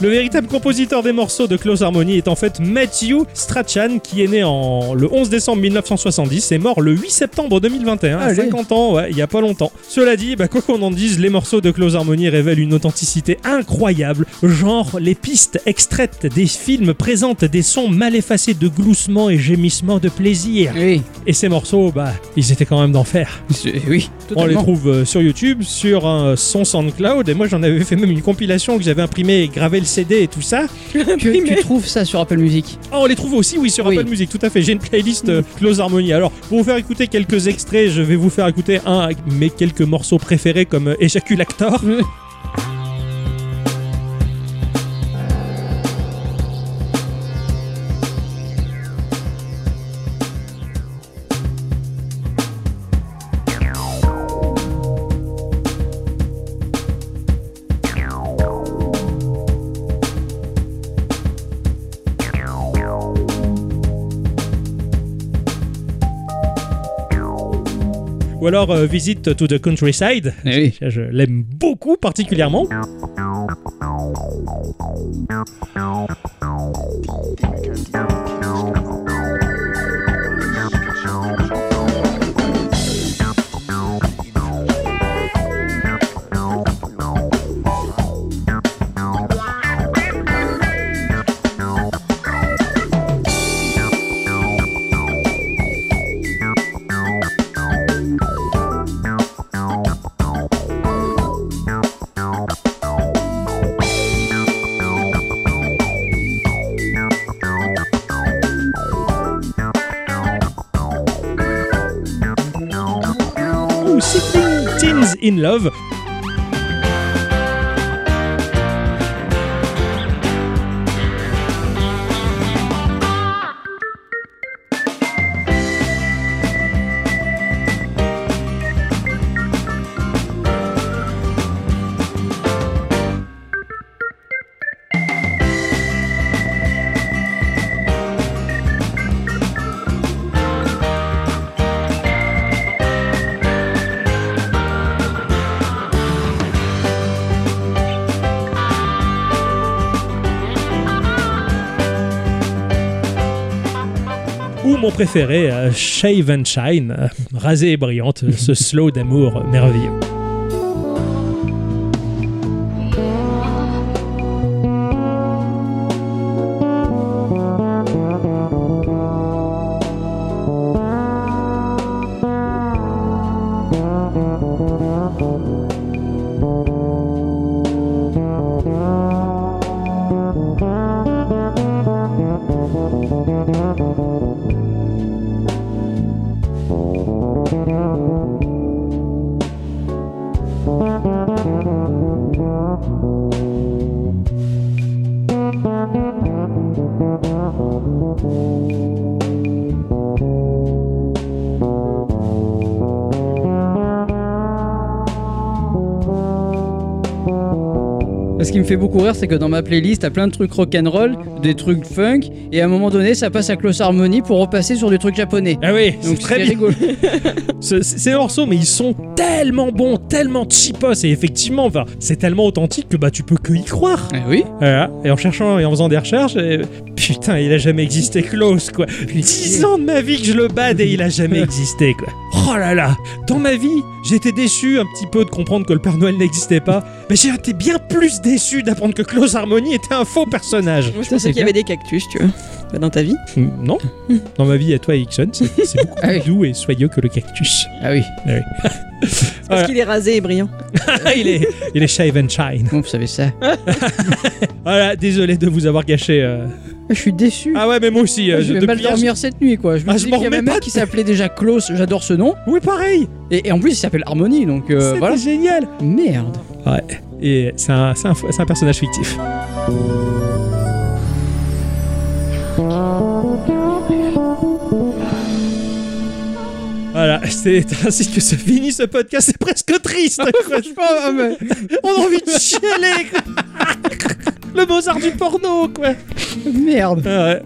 Le véritable compositeur des morceaux de Close Harmony est en fait Matthew Strachan, qui est né en le 11 décembre 1970 et mort le 8 septembre 2021, à
Allez.
50 ans, ouais, il y a pas longtemps. Cela dit, bah, quoi qu'on en dise, les morceaux de Close Harmony révèlent une authenticité incroyable, genre les pistes extraites des films présentent des sons mal effacés de gloussements et gémissements de plaisir.
Oui,
Et ces morceaux, bah, ils étaient quand même d'enfer.
c'est- oui,
On les
totalement.
trouve euh, sur YouTube, sur un son SoundCloud, et moi j'en avais fait même une compilation que j'avais imprimée et gravé le CD et tout ça.
que tu trouves ça sur Apple Music.
Ah, on les trouve aussi, oui, sur
Oui.
Apple Music, tout à fait. J'ai une playlist euh, Close Harmony. Alors, pour vous faire écouter quelques extraits, je vais vous faire écouter un de mes quelques morceaux préférés comme euh, Éjaculactor.
Hum.
Ou alors euh, Visit to the Countryside.
Eh oui.
Ça, Je l'aime beaucoup particulièrement. Ou Sitting Teens in Love. Ou mon préféré, euh, Shave and Shine. euh, rasée et brillante, euh, ce slow d'amour euh, merveilleux.
Parce qu'il me fait beaucoup rire, c'est que dans ma playlist, t'as plein de trucs rock'n'roll, des trucs funk, et à un moment donné, ça passe à Close Harmony pour repasser sur du truc japonais.
Ah oui,
donc
c'est très
c'est
bien.
rigolo.
Ce- c- Ces morceaux, mais ils sont tellement bons, tellement cheapos, et effectivement, enfin, c'est tellement authentique que bah tu peux que y croire.
Eh oui.
Voilà. Et en cherchant et en faisant des recherches, euh, putain, il a jamais existé Klaus, quoi. 10 ans de ma vie que je le bade et il a jamais existé, quoi. Oh là là Dans ma vie, j'étais déçu un petit peu de comprendre que le Père Noël n'existait pas, mais j'ai été bien plus déçu d'apprendre que Klaus Harmony était un faux personnage.
Moi, je pensais qu'il y avait des cactus, tu vois. Pas dans ta vie.
Hmm,
Non Hmm. Dans ma vie, à toi, Ixon, c'est c'est beaucoup plus doux et soyeux que le cactus.
Ah oui.
C'est Parce qu'il est rasé et brillant.
Ah, il est, il est shave and shine.
Vous savez ça.
Voilà, désolé de vous avoir gâché. euh.
Je suis déçu.
Ah ouais, mais moi aussi. euh,
je vais
depuis
mal
hier,
dormir cette nuit, quoi. Je me
Ah,
suis
je
dit
m'en
qu'il y avait un
remets pas.
mec qui s'appelait déjà Klaus, j'adore ce nom.
Oui, pareil.
Et, et en plus, il s'appelle Harmony, donc euh,
C'était
voilà.
génial.
Merde.
Ouais. Et c'est un, c'est un- c'est un personnage fictif. Voilà, c'est ainsi que se finit ce podcast. C'est presque triste. Franchement, on a envie de chialer. quoi. Le beaux-art du porno, quoi.
Merde.
Ah ouais.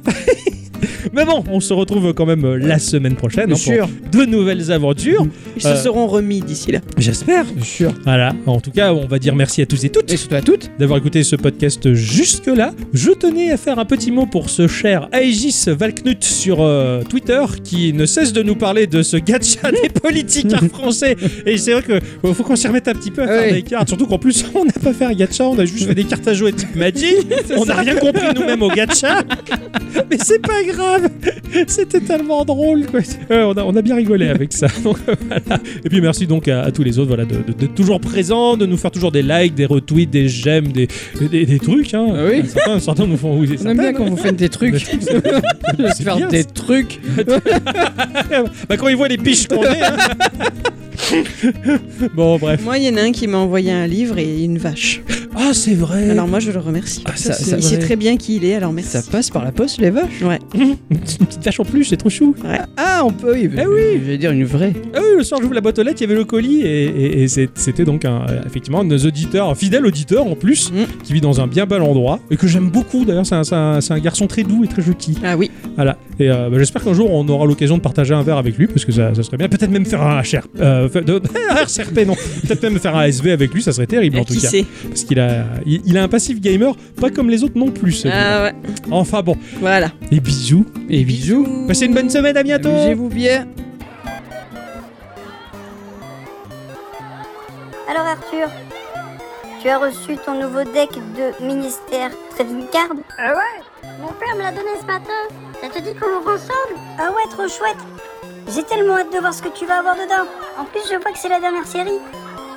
Mais bon, on se retrouve quand même euh, la semaine prochaine
Bien
hein, pour
sûr.
de nouvelles aventures.
Ils
Euh,
se seront remis d'ici là.
J'espère.
Bien sûr.
Voilà, en tout cas, on va dire merci à tous et toutes
Et surtout à toutes.
d'avoir écouté ce podcast jusque-là. Je tenais à faire un petit mot pour ce cher Aegis Valknut sur euh, Twitter qui ne cesse de nous parler de ce gacha des politicards français. Et c'est vrai que euh, faut qu'on s'y remette un petit peu à faire des
Oui.
cartes. Surtout qu'en plus, on n'a pas fait un gacha, on a juste fait des cartes à jouer type Magic. on n'a rien compris nous-mêmes au gacha. Mais c'est pas grave. C'était tellement drôle. Quoi. Euh, on, a, on a bien rigolé avec ça. Donc, euh, voilà. Et puis merci donc à, à tous les autres voilà, de, de- d'être toujours présents, de nous faire toujours des likes, des retweets, des j'aime, des, des, des- des trucs. Hein.
Ah oui.
certains, certains nous font... oui,
On aime bien
certaines.
quand vous faites des trucs.
C'est
faire
bien,
des trucs.
Bah, quand ils voient les biches qu'on est... hein. bon, bref.
Moi, il y en a un qui m'a envoyé un livre et une vache.
Ah, c'est vrai.
Alors moi, je le remercie.
Ah, ça,
c'est
il
vrai.
sait très bien qui il est, alors merci.
Ça passe par la poste, les vaches
Ouais.
Une petite vache en plus, c'est trop chou.
Ah, on peut. Oui,
Eh oui.
Je vais dire une vraie.
Ah oui, le soir, j'ouvre la boîte aux lettres, il y avait le colis, et, et- et c'est- c'était donc un, euh, effectivement un de nos auditeurs, un fidèle auditeur en plus,
Mm.
qui vit dans un bien bel endroit, et que j'aime beaucoup d'ailleurs, c'est un, c'est un- c'est un garçon très doux et très gentil.
Ah oui.
Voilà. Et euh, bah, j'espère qu'un jour, on aura l'occasion de partager un verre avec lui, parce que ça, ça serait bien. Peut-être même faire un HR, euh, fa- de- un RCRP, non. Peut-être même faire un SV avec lui, ça serait terrible en tout
qui
cas.
sait
Parce qu'il a, il, il a un passif gamer, pas comme les autres non plus. c'est vrai.
Ah ouais.
Enfin bon,
Voilà.
et bisous.
Et bisous.
Passez une bonne semaine, à bientôt.
Amusez-vous bien.
Alors Arthur, tu as reçu ton nouveau deck de ministère Trading Card Ah ouais Mon père me l'a donné ce matin. Ça te dit qu'on l'ouvre ensemble Ah ouais, trop chouette. J'ai tellement hâte de voir ce que tu vas avoir dedans. En plus, je vois que c'est la dernière série.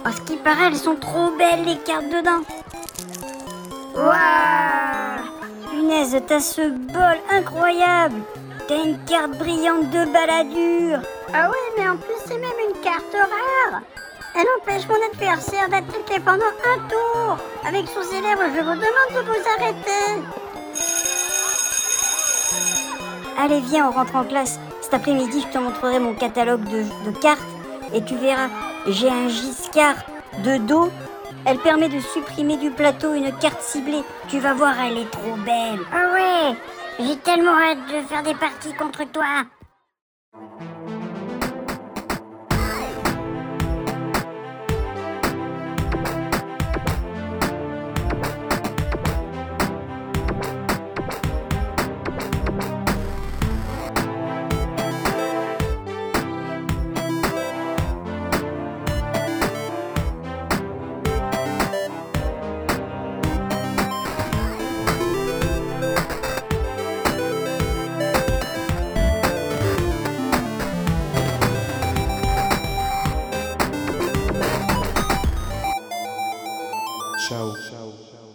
Parce qu'il paraît, elles sont trop belles les cartes dedans. Waouh Punaise, t'as ce bol incroyable T'as une carte brillante de baladure Ah ouais, mais en plus, c'est même une carte rare elle empêche mon adversaire d'attaquer pendant un tour. Avec son célèbre, je vous demande de vous arrêter. Allez, viens, on rentre en classe. Cet après-midi, je te montrerai mon catalogue de, de cartes et tu verras, j'ai un Giscard de dos. Elle permet de supprimer du plateau une carte ciblée. Tu vas voir, elle est trop belle. Ah ouais, j'ai tellement hâte de faire des parties contre toi.
Ciao.